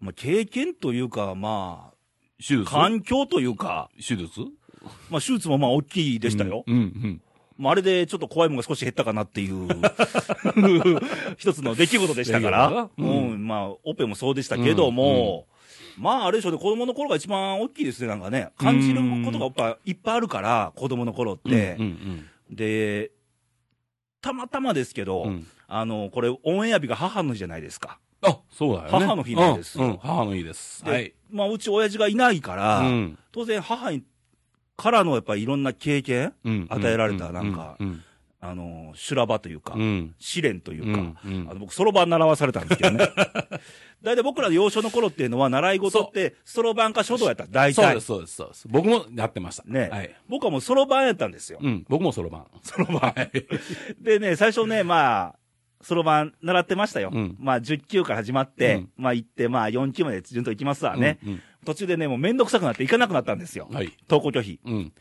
[SPEAKER 1] う。まあ、経験というか、ま
[SPEAKER 2] 手術
[SPEAKER 1] あ、環境というか、
[SPEAKER 2] 手術
[SPEAKER 1] まあ、手術もまあ、大きいでしたよ。
[SPEAKER 2] うんうん。
[SPEAKER 1] まあ、あれでちょっと怖いものが少し減ったかなって
[SPEAKER 2] (laughs)
[SPEAKER 1] いう、一つの出来事でしたから、う、
[SPEAKER 2] 出来事だなん
[SPEAKER 1] まあ、オペもそうでしたけども、まあ、あれでしょうね、子供の頃が一番大きいですね、なんかね、感じることがやっぱいっぱいあるから、子供の頃って。
[SPEAKER 2] うんうん
[SPEAKER 1] で、たまたまですけど、
[SPEAKER 2] うん
[SPEAKER 1] あの、これ、オンエア日が母の日じゃないですか。
[SPEAKER 2] あ、そうだよね。
[SPEAKER 1] 母の日なんですよ
[SPEAKER 2] うんうん母の日です。
[SPEAKER 1] で
[SPEAKER 2] はい。
[SPEAKER 1] まあ、うち親父がいないから、
[SPEAKER 2] うん
[SPEAKER 1] 当然母にからのやっぱりいろんな経験、
[SPEAKER 2] うん
[SPEAKER 1] 与えられたなんか
[SPEAKER 2] うん
[SPEAKER 1] あの、修羅場というか、
[SPEAKER 2] うん
[SPEAKER 1] 試練というか、
[SPEAKER 2] うんうん
[SPEAKER 1] あの僕、そろばん習わされたんですけど
[SPEAKER 2] (laughs)
[SPEAKER 1] ね。大体僕らの幼少の頃っていうのは、習い事って、そろばんか書道やった、大
[SPEAKER 2] そうで
[SPEAKER 1] 体
[SPEAKER 2] す、。そうです、そうです。僕もやってました。
[SPEAKER 1] ね、
[SPEAKER 2] はい。
[SPEAKER 1] 僕はもうそろばんやったんですよ。
[SPEAKER 2] うん、僕もそろばん。そろばん。はい
[SPEAKER 1] でね、最初ね、まあ、そろばん習ってましたよ。
[SPEAKER 2] うん
[SPEAKER 1] まあ、10級から始まって、
[SPEAKER 2] うん
[SPEAKER 1] まあ行って、まあ4級まで順当行きますわね。
[SPEAKER 2] うんうん
[SPEAKER 1] 途中でね、もうめんどくさくなって行かなくなったんですよ。
[SPEAKER 2] はい
[SPEAKER 1] 登校拒否。
[SPEAKER 2] うん。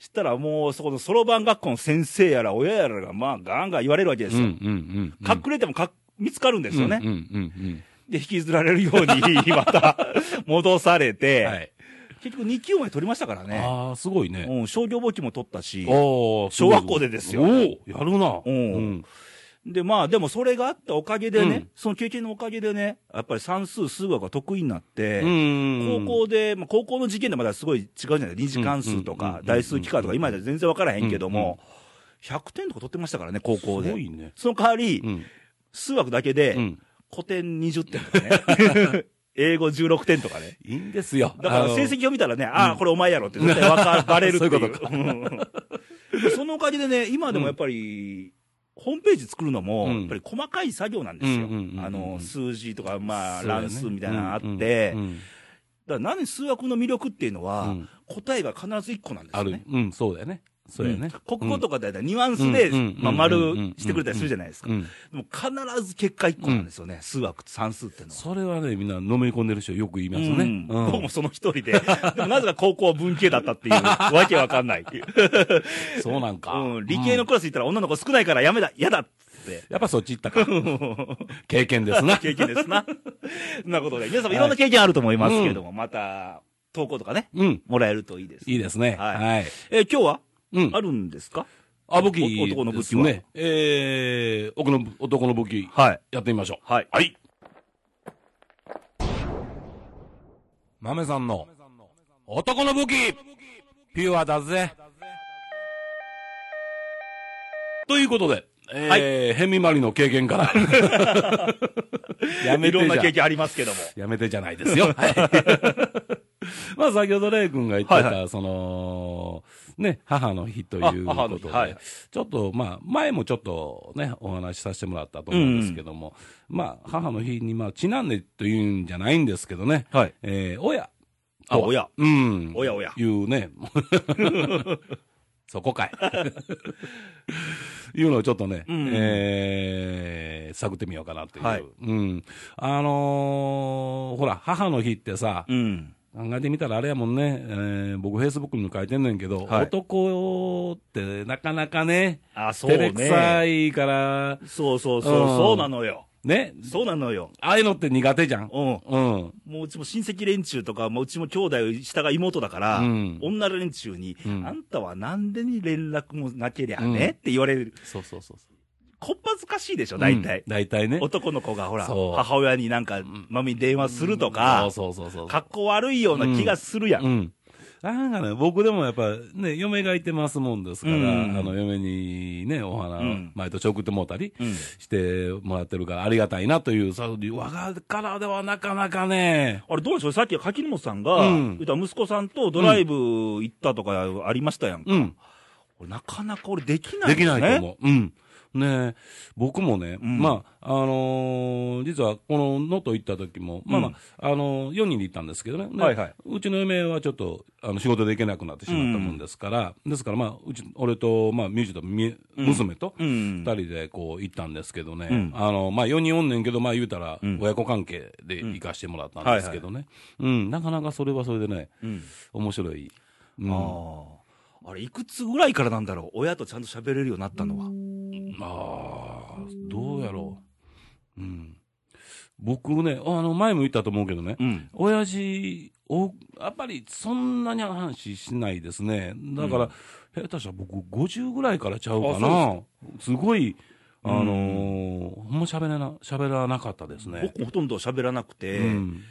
[SPEAKER 1] したらもう、そこのそろばん学校の先生やら親やらが、まあ、ガンガン言われるわけで
[SPEAKER 2] う
[SPEAKER 1] す
[SPEAKER 2] ん、う
[SPEAKER 1] よ。
[SPEAKER 2] ん、うん。
[SPEAKER 1] 隠れてもか見つかるんですよね。
[SPEAKER 2] うん、うん、
[SPEAKER 1] で、引きずられるように、 (laughs) また、戻され
[SPEAKER 2] う
[SPEAKER 1] て、
[SPEAKER 2] ん。はい。
[SPEAKER 1] 結局2級まで取りましたからね。
[SPEAKER 2] ああ、すごいね。
[SPEAKER 1] うん、商業簿記も取ったし、
[SPEAKER 2] おーすごい
[SPEAKER 1] 小学校でですよ
[SPEAKER 2] おーやるな。
[SPEAKER 1] うん
[SPEAKER 2] うん。
[SPEAKER 1] で、まあ、でもそれがあったおかげでね、
[SPEAKER 2] うん
[SPEAKER 1] その経験のおかげでね、やっぱり算数、数学が得意になって、
[SPEAKER 2] 高
[SPEAKER 1] 高校で、まあ、高校の時験でまだすごい違うじゃない、二次関数と
[SPEAKER 2] うんうんうん
[SPEAKER 1] か
[SPEAKER 2] う、ん
[SPEAKER 1] 代数幾何とか、今じゃ全然分からへんけど
[SPEAKER 2] うんう
[SPEAKER 1] も、100点とか取ってましたからね、高校
[SPEAKER 2] す
[SPEAKER 1] で。
[SPEAKER 2] ごいね。
[SPEAKER 1] その代わり、
[SPEAKER 2] うん。
[SPEAKER 1] 数学だけで、
[SPEAKER 2] うん。
[SPEAKER 1] 古典20点とかね、 (laughs) 英語16点とかね。
[SPEAKER 2] いいんですよ。
[SPEAKER 1] だから成績を見たらね、ああ、これお前やろって絶対分かバレるっていう。
[SPEAKER 2] そういうこ
[SPEAKER 1] うんそのおかげでね、今でもやっぱり、ホームページ作るのも、
[SPEAKER 2] うん
[SPEAKER 1] やっぱり細かい作業なんですよ
[SPEAKER 2] うんうんうんうん。
[SPEAKER 1] あの、数字とか、まあ、
[SPEAKER 2] そうだよね
[SPEAKER 1] 乱数みたいなのあっ
[SPEAKER 2] うんうん
[SPEAKER 1] て、
[SPEAKER 2] う
[SPEAKER 1] だか
[SPEAKER 2] ん
[SPEAKER 1] ら何数学の魅力っていうの
[SPEAKER 2] う
[SPEAKER 1] は
[SPEAKER 2] ん、
[SPEAKER 1] 答えが必ず1個なんです
[SPEAKER 2] あ
[SPEAKER 1] よ
[SPEAKER 2] る
[SPEAKER 1] ね。。
[SPEAKER 2] うん、そうだよね。そうだよね。
[SPEAKER 1] うん国語とかだいたいニュアンスで、
[SPEAKER 2] うんうんうん
[SPEAKER 1] まあ、丸してくれたりするじゃないですか。
[SPEAKER 2] う
[SPEAKER 1] で
[SPEAKER 2] ん。
[SPEAKER 1] も必ず結果1個なんですよね、数学、算数っていうのは。
[SPEAKER 2] それはね、みんな飲み込んでる人よく言いますね。
[SPEAKER 1] うん
[SPEAKER 2] うん
[SPEAKER 1] 僕もその一人で。 (laughs) でもなぜか高校は文系だった
[SPEAKER 2] (laughs)
[SPEAKER 1] っていう、わけわかんない。
[SPEAKER 2] そうなんか。
[SPEAKER 1] うん、理系
[SPEAKER 2] う
[SPEAKER 1] の
[SPEAKER 2] ん
[SPEAKER 1] クラス行ったら女の子少ないからやめだ、嫌だっつって。 (laughs)
[SPEAKER 2] やっぱそっち行ったか。経験ですな。
[SPEAKER 1] 経験ですな。 (laughs) そんなことで、皆様いろんな経験あると思いますけれども、また、投稿とかね、
[SPEAKER 2] うん。
[SPEAKER 1] もらえるといいです。
[SPEAKER 2] いいですね。
[SPEAKER 1] はい
[SPEAKER 2] はい。
[SPEAKER 1] えー今日は、
[SPEAKER 2] うん
[SPEAKER 1] あるんですか
[SPEAKER 2] あ、武器
[SPEAKER 1] お男の武器は
[SPEAKER 2] ですね。えー、奥の、男の武器、
[SPEAKER 1] はい。
[SPEAKER 2] やってみましょう。
[SPEAKER 1] はい。
[SPEAKER 2] はい。豆さんの、男の武器、ピュアだぜ。ということで、えー、
[SPEAKER 1] はい
[SPEAKER 2] ヘミマリの経験から。やめ
[SPEAKER 1] い
[SPEAKER 2] て
[SPEAKER 1] ろん
[SPEAKER 2] じ
[SPEAKER 1] な
[SPEAKER 2] ゃ
[SPEAKER 1] 経験ありますけども。
[SPEAKER 2] やめてじゃないですよ。はい。 (laughs) まあ先ほどレイ君が言ってた、
[SPEAKER 1] はいは
[SPEAKER 2] その、ね、母の日という
[SPEAKER 1] あ母
[SPEAKER 2] こ
[SPEAKER 1] の
[SPEAKER 2] と
[SPEAKER 1] 日
[SPEAKER 2] で、
[SPEAKER 1] はい
[SPEAKER 2] ちょっとまあ前もちょっとね、お話しさせてもらったと思うんですけども、まあ母の日にまあちなんでというんじゃないんですけどね、
[SPEAKER 1] はい。
[SPEAKER 2] えー、親。
[SPEAKER 1] あ、親。
[SPEAKER 2] うん。
[SPEAKER 1] おやおや
[SPEAKER 2] いう (laughs) ね。そこかい。 (laughs) いうのをちょっとね、
[SPEAKER 1] ん
[SPEAKER 2] えー探ってみようかなという。
[SPEAKER 1] はい
[SPEAKER 2] うん。あのーほら、母の日ってさ、
[SPEAKER 1] うん。
[SPEAKER 2] 考えてみたらあれやもんね、えー僕、フェイスブックにも書いてんねんけど、
[SPEAKER 1] はい
[SPEAKER 2] 男ってなかなかね、
[SPEAKER 1] あ、そう
[SPEAKER 2] 照れくさ
[SPEAKER 1] ね。
[SPEAKER 2] いから、
[SPEAKER 1] そうそうそう、
[SPEAKER 2] うん
[SPEAKER 1] そうなのよ。
[SPEAKER 2] ね、
[SPEAKER 1] そうなのよ。
[SPEAKER 2] ああいうのって苦手じゃん。
[SPEAKER 1] うん。
[SPEAKER 2] うん。
[SPEAKER 1] もううちも親戚連中とか、もううちも兄弟、下が妹だから、
[SPEAKER 2] うん
[SPEAKER 1] 女連中に、
[SPEAKER 2] うん
[SPEAKER 1] あんたはなんでに連絡もなけりゃね、
[SPEAKER 2] うん
[SPEAKER 1] って言われる。
[SPEAKER 2] そうそうそうそう。
[SPEAKER 1] こっぱずかしいでしょ、大
[SPEAKER 2] うん
[SPEAKER 1] 体。
[SPEAKER 2] 大体ね。
[SPEAKER 1] 男の子がほら、
[SPEAKER 2] そう
[SPEAKER 1] 母親になんか、マミに電話するとか、
[SPEAKER 2] そうそうそうそう。
[SPEAKER 1] 格好悪いような気がするやん。
[SPEAKER 2] うん。なんかね、僕でもやっぱね、嫁がいてますもんですから、
[SPEAKER 1] うん
[SPEAKER 2] あの、嫁にね、お花
[SPEAKER 1] う
[SPEAKER 2] を
[SPEAKER 1] ん
[SPEAKER 2] 毎年送ってもうたり
[SPEAKER 1] うん
[SPEAKER 2] してもらってるから、ありがたいなという、さ、我がからではなかなかね、
[SPEAKER 1] あれどうでしょうさっき柿本さんが、
[SPEAKER 2] うん
[SPEAKER 1] 言ったら息子さんとドライブ行ったとかありましたやんか。
[SPEAKER 2] うん、
[SPEAKER 1] 俺なかなか俺できないで
[SPEAKER 2] でき
[SPEAKER 1] す
[SPEAKER 2] な
[SPEAKER 1] ね。
[SPEAKER 2] いと思う。うん。ね僕もね、
[SPEAKER 1] うん
[SPEAKER 2] まあ、あのー実はこの能登行った時も、まあまあ、あのー、4人で行ったんですけどね。で
[SPEAKER 1] はいはいう
[SPEAKER 2] ちの嫁はちょっと、あの、仕事で行けなくなってしまったもんですから、ですからまあ、うち、俺と、まあ、ミュージとみ、娘と、
[SPEAKER 1] うん。
[SPEAKER 2] 二人でこう行ったんですけどね、
[SPEAKER 1] うん
[SPEAKER 2] あのまあ、4人おんねんけど、まあ、言うたら
[SPEAKER 1] うん
[SPEAKER 2] 親子関係で行かしてもらったんですけどね、うんなかなかそれはそれでね、
[SPEAKER 1] うん
[SPEAKER 2] 面白い、うんあ
[SPEAKER 1] ああ。あれ、いくつぐらいからなんだろう親とちゃんと喋れるようになったのは。
[SPEAKER 2] あー、どうやろう、うん、僕ね、あの前も言ったと思うけどね、
[SPEAKER 1] うん。
[SPEAKER 2] 親父お、やっぱりそんなに話しないですね、だから、下手したら僕、50ぐらいからちゃうか
[SPEAKER 1] あ
[SPEAKER 2] な、すごい、あのーほんま喋れな喋らなかったですね。
[SPEAKER 1] 僕もほとんど喋らなくて、
[SPEAKER 2] うん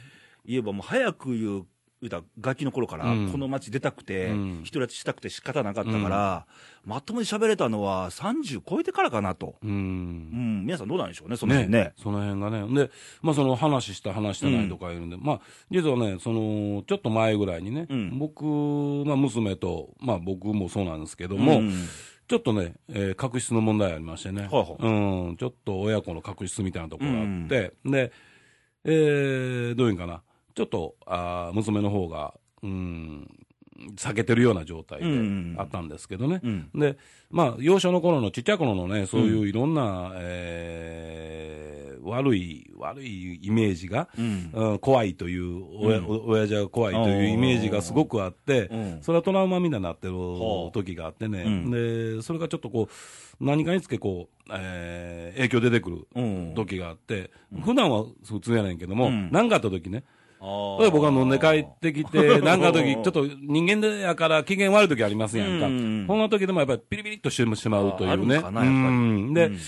[SPEAKER 1] 言えばもう早く言う言うたらガキの頃から、
[SPEAKER 2] うん
[SPEAKER 1] この街出たくて、
[SPEAKER 2] うん
[SPEAKER 1] 一人立ちしたくて仕方なかったから、まともに喋れたのは30超えてからかなと。
[SPEAKER 2] うん
[SPEAKER 1] うん、皆さんどうなんでしょうね、その辺ね。
[SPEAKER 2] その辺がね。で、まあその話した話してないとかいうんで、まあ実はね、その、ちょっと前ぐらいにね、
[SPEAKER 1] うん
[SPEAKER 2] 僕、まあ娘と、まあ僕もそうなんですけども、
[SPEAKER 1] うん
[SPEAKER 2] ちょっとね、えー確執の問題ありましてね、
[SPEAKER 1] いはい
[SPEAKER 2] うん、ちょっと親子の確執みたいなところがあって、で、えーどういうんかな、ちょっと、あー娘の方が、うん、避けてるような状態で
[SPEAKER 1] うん
[SPEAKER 2] あったんですけどね、
[SPEAKER 1] うん
[SPEAKER 2] で、まあ、幼少の頃のちっちゃい頃のね、そういういろんな、えー悪い、悪いイメージが、
[SPEAKER 1] うん
[SPEAKER 2] うん怖いという、親、親父が怖いというイメージがすごくあって
[SPEAKER 1] うん、
[SPEAKER 2] それはトラウマみたいになってる
[SPEAKER 1] はあ
[SPEAKER 2] 時があってね、
[SPEAKER 1] うん
[SPEAKER 2] で、それがちょっとこう、何かにつけこう、えー影響出てくる
[SPEAKER 1] うん
[SPEAKER 2] 時があって、普段は普通やねんけども、
[SPEAKER 1] うん
[SPEAKER 2] 何かあった時ね、
[SPEAKER 1] あー
[SPEAKER 2] 例えば僕が飲んで帰ってき
[SPEAKER 1] (laughs)
[SPEAKER 2] て、なんかの時、ちょっと人間でやから機嫌悪い時ありますやんか。
[SPEAKER 1] うんうんうん
[SPEAKER 2] こんな時でもやっぱりピリピリっとしてしまうとい
[SPEAKER 1] あある
[SPEAKER 2] うんね。
[SPEAKER 1] かなやっぱり
[SPEAKER 2] うんで、
[SPEAKER 1] うん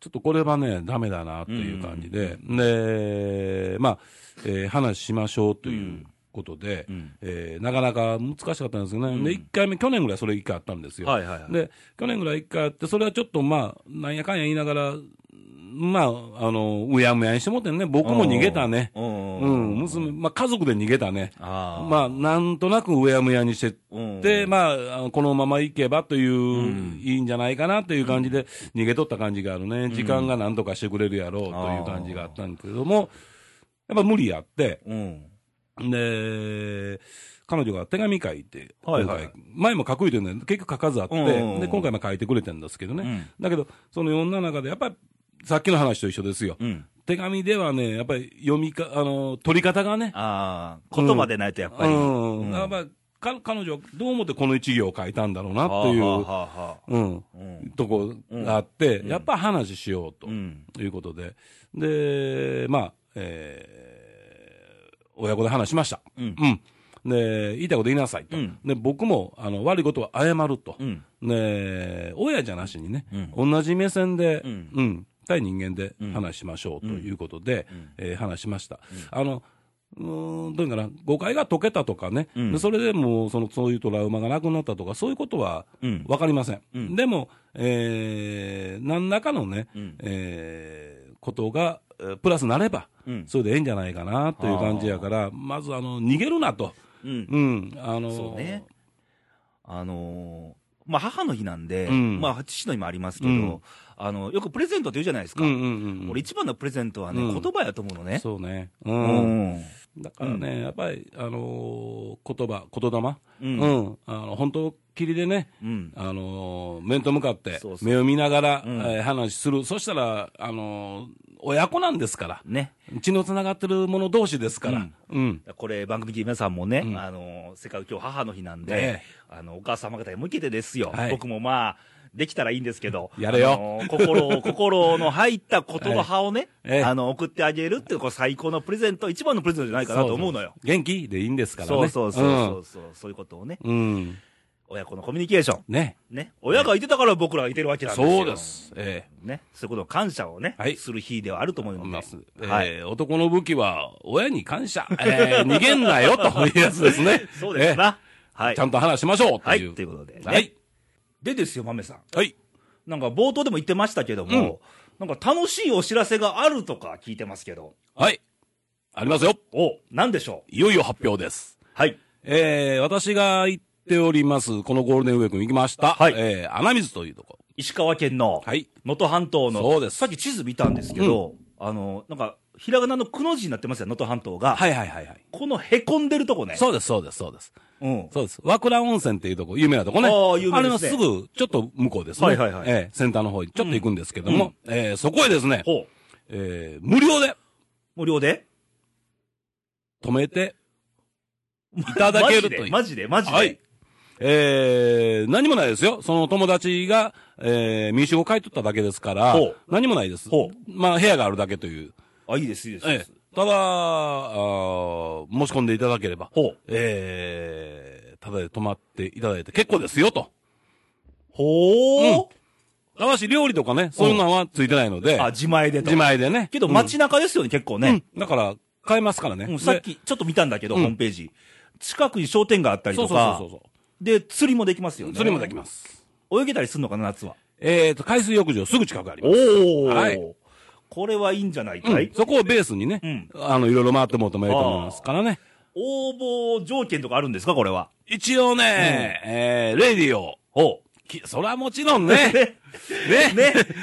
[SPEAKER 2] ちょっとこれはね、ダメだなという感じで、で、まあ、えー話しましょうということで、
[SPEAKER 1] うん
[SPEAKER 2] えーなかなか難しかったんですよね。で、1回目、去年ぐらいそれ1回あったんですよ。
[SPEAKER 1] はいはいはい
[SPEAKER 2] で、去年ぐらい1回あって、それはちょっとまあ、なんやかんや言いながら、まあ、あの、うやむやにしてもってんね、僕も逃げたね。
[SPEAKER 1] うん
[SPEAKER 2] う
[SPEAKER 1] うん
[SPEAKER 2] ん、娘、まあ、家族で逃げたね。
[SPEAKER 1] あー
[SPEAKER 2] まあ、なんとなくうやむやにして
[SPEAKER 1] うん
[SPEAKER 2] で、まああの、このまま行けばという、いいんじゃないかなという感じで、逃げとった感じがあるね。時間がなんとかしてくれるやろうという感じがあったんだけども、やっぱ無理やって、
[SPEAKER 1] うん。
[SPEAKER 2] で、彼女が手紙書いて、
[SPEAKER 1] はいはい
[SPEAKER 2] 今回前も書く言うてんねん結局書かずあって、
[SPEAKER 1] うんうんうん
[SPEAKER 2] で、今回も書いてくれてんですけど
[SPEAKER 1] う
[SPEAKER 2] ね
[SPEAKER 1] ん。
[SPEAKER 2] だけど、その女の中で、やっぱり、さっきの話と一緒ですよ。
[SPEAKER 1] うん。
[SPEAKER 2] 手紙ではね、やっぱり読みか、あの、取り方がね、
[SPEAKER 1] ああ、言葉でないとやっぱり。
[SPEAKER 2] うん
[SPEAKER 1] うん
[SPEAKER 2] やっぱりか彼女はどう思ってこの一行を書いたんだろうな
[SPEAKER 1] は
[SPEAKER 2] っていう、
[SPEAKER 1] あはあはあはあ
[SPEAKER 2] うん、
[SPEAKER 1] うん
[SPEAKER 2] とこがあって、やっぱ話しようと
[SPEAKER 1] うん。
[SPEAKER 2] いうことで、で、まあ、えー親子で話しました。
[SPEAKER 1] うん
[SPEAKER 2] で、言いたいこと言いなさいと。
[SPEAKER 1] うん
[SPEAKER 2] で、僕も、あの、悪いことは謝ると。
[SPEAKER 1] うん
[SPEAKER 2] で、親じゃなしにね、
[SPEAKER 1] う
[SPEAKER 2] 同じ目線で、う
[SPEAKER 1] うん
[SPEAKER 2] ん、対人間で話しましょうということで、えー話しました。あの、うーんどういうのかな、誤解が解けたとかね、
[SPEAKER 1] うん
[SPEAKER 2] でそれでもうその、そういうトラウマがなくなったとか、そういうことは
[SPEAKER 1] うん
[SPEAKER 2] 分かりません。
[SPEAKER 1] うん
[SPEAKER 2] でも、えー何らかのね、
[SPEAKER 1] うん
[SPEAKER 2] えーことが、えープラスなれば、
[SPEAKER 1] うん
[SPEAKER 2] それでええんじゃないかなという感じやから、まずあの逃げるなと、
[SPEAKER 1] うん。
[SPEAKER 2] うん、あの
[SPEAKER 1] そうね。あのーまあ、母の日なんで、
[SPEAKER 2] うん
[SPEAKER 1] まあ、父の日もありますけど、
[SPEAKER 2] うん
[SPEAKER 1] あの、よくプレゼントって言うじゃないですか。
[SPEAKER 2] うんうんうん、
[SPEAKER 1] 俺一番のプレゼントはね、
[SPEAKER 2] うん
[SPEAKER 1] 言葉やと思うのね。
[SPEAKER 2] そうね、う
[SPEAKER 1] うんん。
[SPEAKER 2] だからね、やっぱり、あのー言葉言霊、
[SPEAKER 1] うん
[SPEAKER 2] うんあの本当、きりでね、
[SPEAKER 1] うん。
[SPEAKER 2] あのー面と向かって
[SPEAKER 1] そう、そう
[SPEAKER 2] 目を見ながら、
[SPEAKER 1] ん
[SPEAKER 2] えー話する、そしたら、あのー親子なんですから、
[SPEAKER 1] ね。
[SPEAKER 2] 血のつながってる者同士ですから、うん、
[SPEAKER 1] これ、番組で皆さんもね、
[SPEAKER 2] うん
[SPEAKER 1] あの、世界今日母の日なんで、
[SPEAKER 2] ね
[SPEAKER 1] あの、お母様方に向けてですよ、
[SPEAKER 2] はい
[SPEAKER 1] 僕もまあ、できたらいいんですけど、
[SPEAKER 2] やれよ
[SPEAKER 1] あの心
[SPEAKER 2] (laughs)
[SPEAKER 1] を、心の入った言葉をね、
[SPEAKER 2] ええ
[SPEAKER 1] あの、送ってあげるっていう、こう最高のプレゼント、一番のプレゼントじゃないかなと思うのよ。
[SPEAKER 2] 元気でいいんですからね。
[SPEAKER 1] そうそうそうそうそう、そういうことをね、
[SPEAKER 2] うん。うん
[SPEAKER 1] 親子のコミュニケーション、
[SPEAKER 2] ね。
[SPEAKER 1] ね、親がいてたから僕らがいてるわけなんですよ。
[SPEAKER 2] そうで。す。え
[SPEAKER 1] ね、そういうことの感謝をね、
[SPEAKER 2] はい
[SPEAKER 1] する日ではあると思い
[SPEAKER 2] え
[SPEAKER 1] ま
[SPEAKER 2] ますす
[SPEAKER 1] ので。。
[SPEAKER 2] ええ
[SPEAKER 1] はい。。
[SPEAKER 2] 男の武器は親に感謝。ええ逃げんなよ、というやつですね
[SPEAKER 1] (laughs) そうです
[SPEAKER 2] え
[SPEAKER 1] な。は
[SPEAKER 2] え
[SPEAKER 1] い
[SPEAKER 2] ちゃ。んと話しましょう、と
[SPEAKER 1] はいい。
[SPEAKER 2] う。
[SPEAKER 1] ということで、ね。
[SPEAKER 2] はい。
[SPEAKER 1] でですよ、豆さん。
[SPEAKER 2] はい。
[SPEAKER 1] なんか冒頭でも言ってましたけども、なんか楽しいお知らせがあるとか聞いてますけど、
[SPEAKER 2] はい。ありますよ。
[SPEAKER 1] お、なんでしょう
[SPEAKER 2] いよいよ発表です。
[SPEAKER 1] はい。
[SPEAKER 2] ええ私が行っております、このゴールデンウィークに行きました。
[SPEAKER 1] はい
[SPEAKER 2] ええ穴水というとこ。
[SPEAKER 1] 石川県の、
[SPEAKER 2] はい
[SPEAKER 1] 能登半島の、
[SPEAKER 2] そうです
[SPEAKER 1] さっき地図見たんですけど、あの、なんか、ひらがなのくの字になってますよ、能登半島が。
[SPEAKER 2] はいはいはいはい。
[SPEAKER 1] このへこんでるとこね。
[SPEAKER 2] そうです、そうです、そうです。
[SPEAKER 1] うん。
[SPEAKER 2] そうです。和倉温泉っていうとこ、有名なとこね。
[SPEAKER 1] あー有名ですね
[SPEAKER 2] あれのすぐ、ちょっと向こうですね。
[SPEAKER 1] はいはいはい
[SPEAKER 2] えーセンターの方にちょっと行くんですけども、えーそこへですね、
[SPEAKER 1] ほう。
[SPEAKER 2] えー無料で
[SPEAKER 1] 無料で
[SPEAKER 2] 止めていただけるという。
[SPEAKER 1] マジで、マジで、マジで。
[SPEAKER 2] はい。えー何もないですよ。その友達が、えー民主を買い取っただけですから
[SPEAKER 1] ほう、
[SPEAKER 2] 何もないです
[SPEAKER 1] ほう。
[SPEAKER 2] まあ、部屋があるだけという。
[SPEAKER 1] あ、いいです、いいです。いいで
[SPEAKER 2] え
[SPEAKER 1] す
[SPEAKER 2] えただあー、申し込んでいただければ、
[SPEAKER 1] ほう。
[SPEAKER 2] えーただで泊まっていただいて結構ですよ、と。
[SPEAKER 1] ほう、
[SPEAKER 2] ただし料理とかね、そういうのはついてないので、
[SPEAKER 1] あ、自前でと。
[SPEAKER 2] 自前でね。
[SPEAKER 1] けど街中ですよね、結構ね。
[SPEAKER 2] うんだから、買えますからね。
[SPEAKER 1] うん、さっき、ちょっと見たんだけど、ホームページ。近くに商店があったり
[SPEAKER 2] そ
[SPEAKER 1] と
[SPEAKER 2] うそうそう
[SPEAKER 1] か
[SPEAKER 2] そう、そ
[SPEAKER 1] で、釣りもできますよ
[SPEAKER 2] う。
[SPEAKER 1] ね。
[SPEAKER 2] 釣りもできます。
[SPEAKER 1] 泳げたりするのかな、夏は。
[SPEAKER 2] えっと、海水浴場すぐ近くあります。
[SPEAKER 1] お
[SPEAKER 2] ー
[SPEAKER 1] はい。これはいいんじゃないかい、
[SPEAKER 2] そこをベースにね、
[SPEAKER 1] ん
[SPEAKER 2] あの、いろいろ回ってもらってもいいと思いますからね。
[SPEAKER 1] 応募条件とかあるんですか、これは。
[SPEAKER 2] 一応ね、えー、レディオを、きそれはもちろん (laughs) ね、ね、
[SPEAKER 1] ね、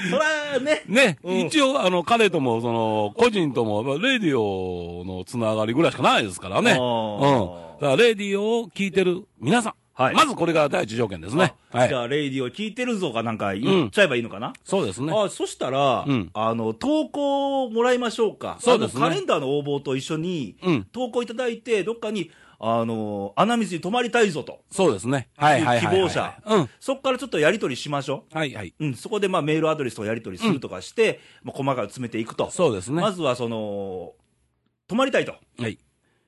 [SPEAKER 1] そらね、
[SPEAKER 2] ね、
[SPEAKER 1] うん
[SPEAKER 2] 一応、あの、彼とも、その、個人とも、まあレディオのつながりぐらいしかないですからね。
[SPEAKER 1] あ
[SPEAKER 2] う
[SPEAKER 1] ー
[SPEAKER 2] ん。だから、レディオを聞いてる皆さん。
[SPEAKER 1] はい
[SPEAKER 2] まずこれが第一条件ですね。は
[SPEAKER 1] じ
[SPEAKER 2] い。
[SPEAKER 1] ゃあ、レイディを聞いてるぞかなんか言っちゃえばいいのかな、
[SPEAKER 2] そうですね。
[SPEAKER 1] あそしたら、
[SPEAKER 2] うん
[SPEAKER 1] あの投稿もらいましょうか、
[SPEAKER 2] そうですね
[SPEAKER 1] あのカレンダーの応募と一緒に、
[SPEAKER 2] うん
[SPEAKER 1] 投稿いただいて、どっかにあの穴水に泊まりたいぞと、
[SPEAKER 2] そうですね。はいはいはいはい。
[SPEAKER 1] 希望者
[SPEAKER 2] うん。
[SPEAKER 1] そこからちょっとやり取りしましょ
[SPEAKER 2] はいはい。
[SPEAKER 1] う、うん、そこでまあメールアドレスをやり取りするとかして、まあ、細かく詰めていくと、
[SPEAKER 2] そうですね。
[SPEAKER 1] まずはその泊まりたいと、
[SPEAKER 2] はい。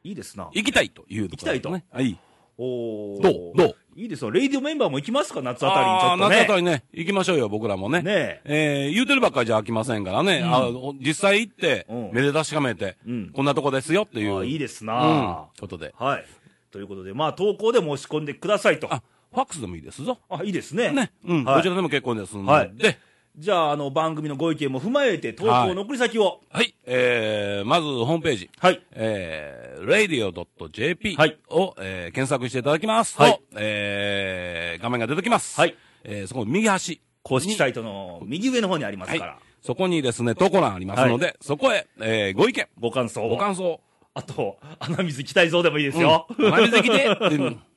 [SPEAKER 1] いいですな、
[SPEAKER 2] 行きたいというところです
[SPEAKER 1] 行き
[SPEAKER 2] ね。はい。
[SPEAKER 1] おー
[SPEAKER 2] どうどう
[SPEAKER 1] いいですよ、レイディオメンバーも行きますか、夏あたりにちょっと
[SPEAKER 2] ー夏あた
[SPEAKER 1] ね。
[SPEAKER 2] りね、行きましょうよ、僕らもね。
[SPEAKER 1] ねえ
[SPEAKER 2] えー言うてるばっかりじゃ飽きませんからね。あの実際行って、
[SPEAKER 1] うん
[SPEAKER 2] めで確かめて、
[SPEAKER 1] うん
[SPEAKER 2] こんなとこですよってい
[SPEAKER 1] あ
[SPEAKER 2] う。
[SPEAKER 1] ーいい
[SPEAKER 2] で
[SPEAKER 1] ですな、
[SPEAKER 2] うん。ことで。
[SPEAKER 1] はい。ということで、まあ、投稿で申し込んでくださいと。
[SPEAKER 2] あ、ファックスでもいいですぞ。
[SPEAKER 1] あ、いいですね。
[SPEAKER 2] ね、うん、
[SPEAKER 1] はい
[SPEAKER 2] どちらでも結構ですので、
[SPEAKER 1] は
[SPEAKER 2] はいい、
[SPEAKER 1] じゃあ、あの、番組のご意見も踏まえて、投稿の送り先を。
[SPEAKER 2] えーまずホームページ、
[SPEAKER 1] はい。
[SPEAKER 2] えー、radio.jp を、
[SPEAKER 1] はい
[SPEAKER 2] えー検索していただきますと、
[SPEAKER 1] はい
[SPEAKER 2] えー画面が出てきます。
[SPEAKER 1] はい
[SPEAKER 2] えーそこの右端。
[SPEAKER 1] 公式サイトの右上の方にありますから、
[SPEAKER 2] はいそこにですね、投稿欄ありますので、そこへ、えーご意見、
[SPEAKER 1] ご感想
[SPEAKER 2] ご
[SPEAKER 1] を。
[SPEAKER 2] 感想、
[SPEAKER 1] あと、穴水期待像でもいいです
[SPEAKER 2] うん
[SPEAKER 1] よ。
[SPEAKER 2] お前できて、って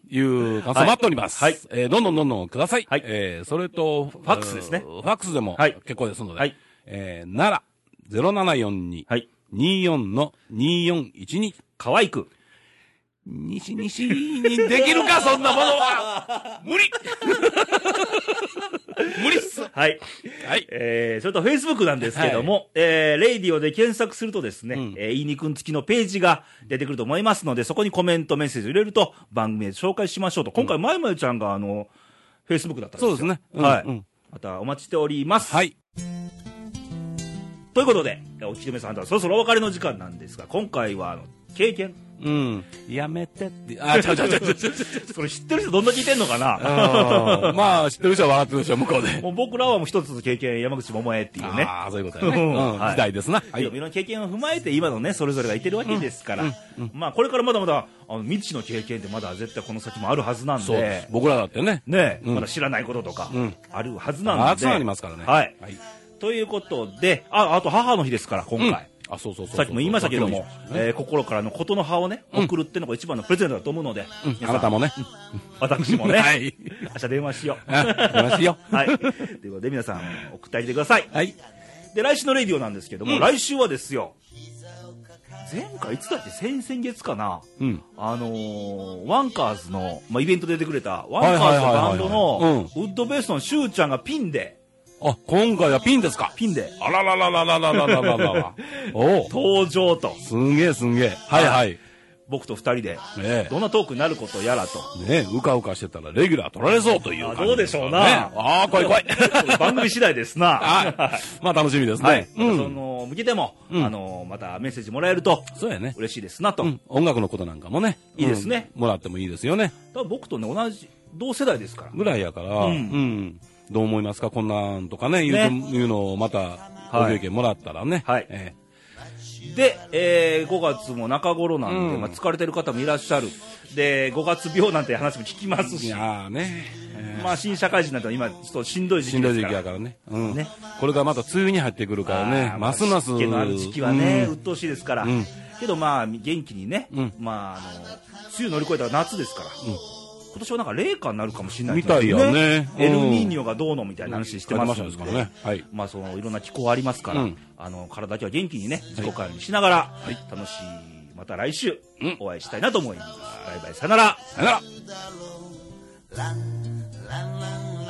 [SPEAKER 2] いう感想待っております。
[SPEAKER 1] はい
[SPEAKER 2] えーどんどんどんどんください。
[SPEAKER 1] はい
[SPEAKER 2] えーそれと、フ
[SPEAKER 1] ァックスですね
[SPEAKER 2] ファックスでも
[SPEAKER 1] はい
[SPEAKER 2] 結構ですので、
[SPEAKER 1] はい
[SPEAKER 2] えー、なら、0742、
[SPEAKER 1] はい。
[SPEAKER 2] 24の2412。
[SPEAKER 1] 可愛く。
[SPEAKER 2] 西西にできる
[SPEAKER 1] (laughs)
[SPEAKER 2] か、そんなものは無理無理っすは
[SPEAKER 1] はい。
[SPEAKER 2] い。
[SPEAKER 1] えー、それと Facebook なんですけども、えー、レイディオで検索するとですね、
[SPEAKER 2] ん
[SPEAKER 1] えー、いいにくん付きのページが出てくると思いますので、そこにコメント、メッセージを入れると、番組で紹介しましょうと。今回、まゆまゆちゃんが、あの、Facebook だったんですよ
[SPEAKER 2] そうですねうん
[SPEAKER 1] はい、
[SPEAKER 2] うん
[SPEAKER 1] またお待ちしております。
[SPEAKER 2] はい。
[SPEAKER 1] ということで、お聞きの皆さんとはそろそろお別れの時間なんですが、今回は、あの、経
[SPEAKER 2] (laughs)
[SPEAKER 1] 験。
[SPEAKER 2] うん。やめてって。あ、違う違う違う違う違う。
[SPEAKER 1] それ知ってる人どんな聞いてんのかな
[SPEAKER 2] あーまあ、知ってる人は笑ってるでしょ、向こう
[SPEAKER 1] (laughs)
[SPEAKER 2] で。
[SPEAKER 1] もう僕らはもう一つの経験、山口百恵っていうね。
[SPEAKER 2] ああ、そういうことや
[SPEAKER 1] う
[SPEAKER 2] ね。
[SPEAKER 1] ん
[SPEAKER 2] うん
[SPEAKER 1] はい
[SPEAKER 2] 時代ですな。はい
[SPEAKER 1] ろい
[SPEAKER 2] い。
[SPEAKER 1] ろな経験を踏まえて、今のね、それぞれがいてるわけですから、まあ、これからまだまだ、あの未知の経験って、まだ絶対この先もあるはずなん
[SPEAKER 2] そうです
[SPEAKER 1] で。、
[SPEAKER 2] 僕らだってね。
[SPEAKER 1] ね、
[SPEAKER 2] うん
[SPEAKER 1] まだ知らないこととか
[SPEAKER 2] ん、
[SPEAKER 1] あるはずなんで。
[SPEAKER 2] たくさんありますからね。
[SPEAKER 1] はい。
[SPEAKER 2] はい。
[SPEAKER 1] ということで、あ、あと母の日ですから、今
[SPEAKER 2] うん
[SPEAKER 1] 回。
[SPEAKER 2] あ、そうそうそうそう。
[SPEAKER 1] さっきも言いましたけども
[SPEAKER 2] さっき、も言いましたね
[SPEAKER 1] えー心からのことの葉をね、送るってのが一番のプレゼントだと思うので、
[SPEAKER 2] うん
[SPEAKER 1] 皆さん
[SPEAKER 2] あなたもね。
[SPEAKER 1] 私もね、
[SPEAKER 2] はい
[SPEAKER 1] 明日電話しよう。
[SPEAKER 2] あ電話しよ
[SPEAKER 1] (laughs)
[SPEAKER 2] う
[SPEAKER 1] はい。ということで、皆さん、送ってあげてください。
[SPEAKER 2] はい。
[SPEAKER 1] で、来週のレディオなんですけども、
[SPEAKER 2] うん
[SPEAKER 1] 来週はですよ、前回、いつだって先々月かな、
[SPEAKER 2] うん。
[SPEAKER 1] あのーワンカーズの、まあ、イベントで出てくれた、ワンカーズのバンド
[SPEAKER 2] はいはいはいはい
[SPEAKER 1] の、ウッドベースのシュウちゃんがピンで、
[SPEAKER 2] あ、今回はピンですか
[SPEAKER 1] ピンで
[SPEAKER 2] あらららららららら
[SPEAKER 1] (laughs)
[SPEAKER 2] らら。おお。
[SPEAKER 1] 登場と、
[SPEAKER 2] すんげえすんげえ。はいはい。
[SPEAKER 1] 僕と二人で、
[SPEAKER 2] ね
[SPEAKER 1] どんなトークになることやらと。
[SPEAKER 2] え。ねえ、うかうかしてたらレギュラー取られそうという
[SPEAKER 1] あ
[SPEAKER 2] 感じ、
[SPEAKER 1] どうでしょうな
[SPEAKER 2] ねえああ、怖い怖い。
[SPEAKER 1] (laughs) 番組次第ですな。
[SPEAKER 2] はい。 (laughs) まあ楽しみですね。
[SPEAKER 1] はい。ま
[SPEAKER 2] う
[SPEAKER 1] たそ
[SPEAKER 2] ん。
[SPEAKER 1] の、向けても、
[SPEAKER 2] うん
[SPEAKER 1] あのーまたメッセージもらえると、
[SPEAKER 2] そうやね。
[SPEAKER 1] 嬉しいですなと。
[SPEAKER 2] うん、音楽のことなんかもね。
[SPEAKER 1] いいですね
[SPEAKER 2] うんもらってもいいですよね。
[SPEAKER 1] 多分僕とね、同じ、同世代ですから。
[SPEAKER 2] ぐらいやから、
[SPEAKER 1] う
[SPEAKER 2] うんん。どう思いますかこんなんとかね、言う
[SPEAKER 1] ね
[SPEAKER 2] というのをまた、
[SPEAKER 1] い
[SPEAKER 2] ご意見もらったらね。
[SPEAKER 1] はい
[SPEAKER 2] え
[SPEAKER 1] で、えー5月も中頃なんで、
[SPEAKER 2] うん
[SPEAKER 1] まあ、疲れてる方もいらっしゃる。で、5月病なんて話も聞きます
[SPEAKER 2] えい
[SPEAKER 1] し、
[SPEAKER 2] やーね。え
[SPEAKER 1] まあ、新社会人なんて今、ちょっとしんどい
[SPEAKER 2] え
[SPEAKER 1] 時
[SPEAKER 2] し
[SPEAKER 1] 期
[SPEAKER 2] んど
[SPEAKER 1] です
[SPEAKER 2] い時
[SPEAKER 1] か
[SPEAKER 2] 期
[SPEAKER 1] ら。
[SPEAKER 2] やからね。うん。
[SPEAKER 1] ね
[SPEAKER 2] これがまた梅雨に入ってくるから
[SPEAKER 1] あ
[SPEAKER 2] ね
[SPEAKER 1] ー。
[SPEAKER 2] ますます。
[SPEAKER 1] 湿気のある時期はね、
[SPEAKER 2] う
[SPEAKER 1] 鬱
[SPEAKER 2] ん
[SPEAKER 1] 陶しいですから。
[SPEAKER 2] うん
[SPEAKER 1] けど、まあ、元気にね、
[SPEAKER 2] うん
[SPEAKER 1] まあ、あの、梅雨乗り越えたら夏ですから。今年はなんか冷夏になるかもしれないです
[SPEAKER 2] みたいやね
[SPEAKER 1] エル
[SPEAKER 2] うん
[SPEAKER 1] ニーニョがどうのみたいな話してます
[SPEAKER 2] 書いてましたねはい
[SPEAKER 1] まあそのいろんな気候ありますから、
[SPEAKER 2] うん
[SPEAKER 1] あの体だけは元気にね自己管理しながら、楽しいまた来週、
[SPEAKER 2] うん
[SPEAKER 1] お会いしたいなと思います。バイバイさよなら。
[SPEAKER 2] さよなら
[SPEAKER 3] ランラン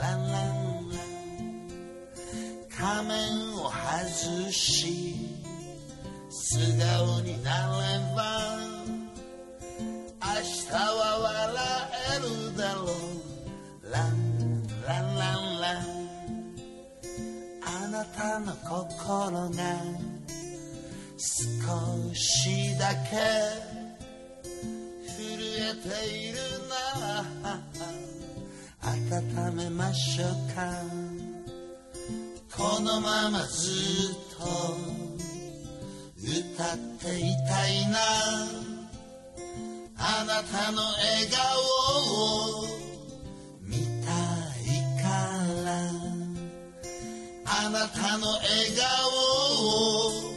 [SPEAKER 3] ランラン仮面を外し素顔になれば明日は笑えるだろうランランランラン仮面を外し素顔になれば明日は笑えるだろうランランランランあなたの心が少しだけ震えているな温めましょうかこのままずっと歌っていたいなあなたの笑顔を見たいからあなたの笑顔を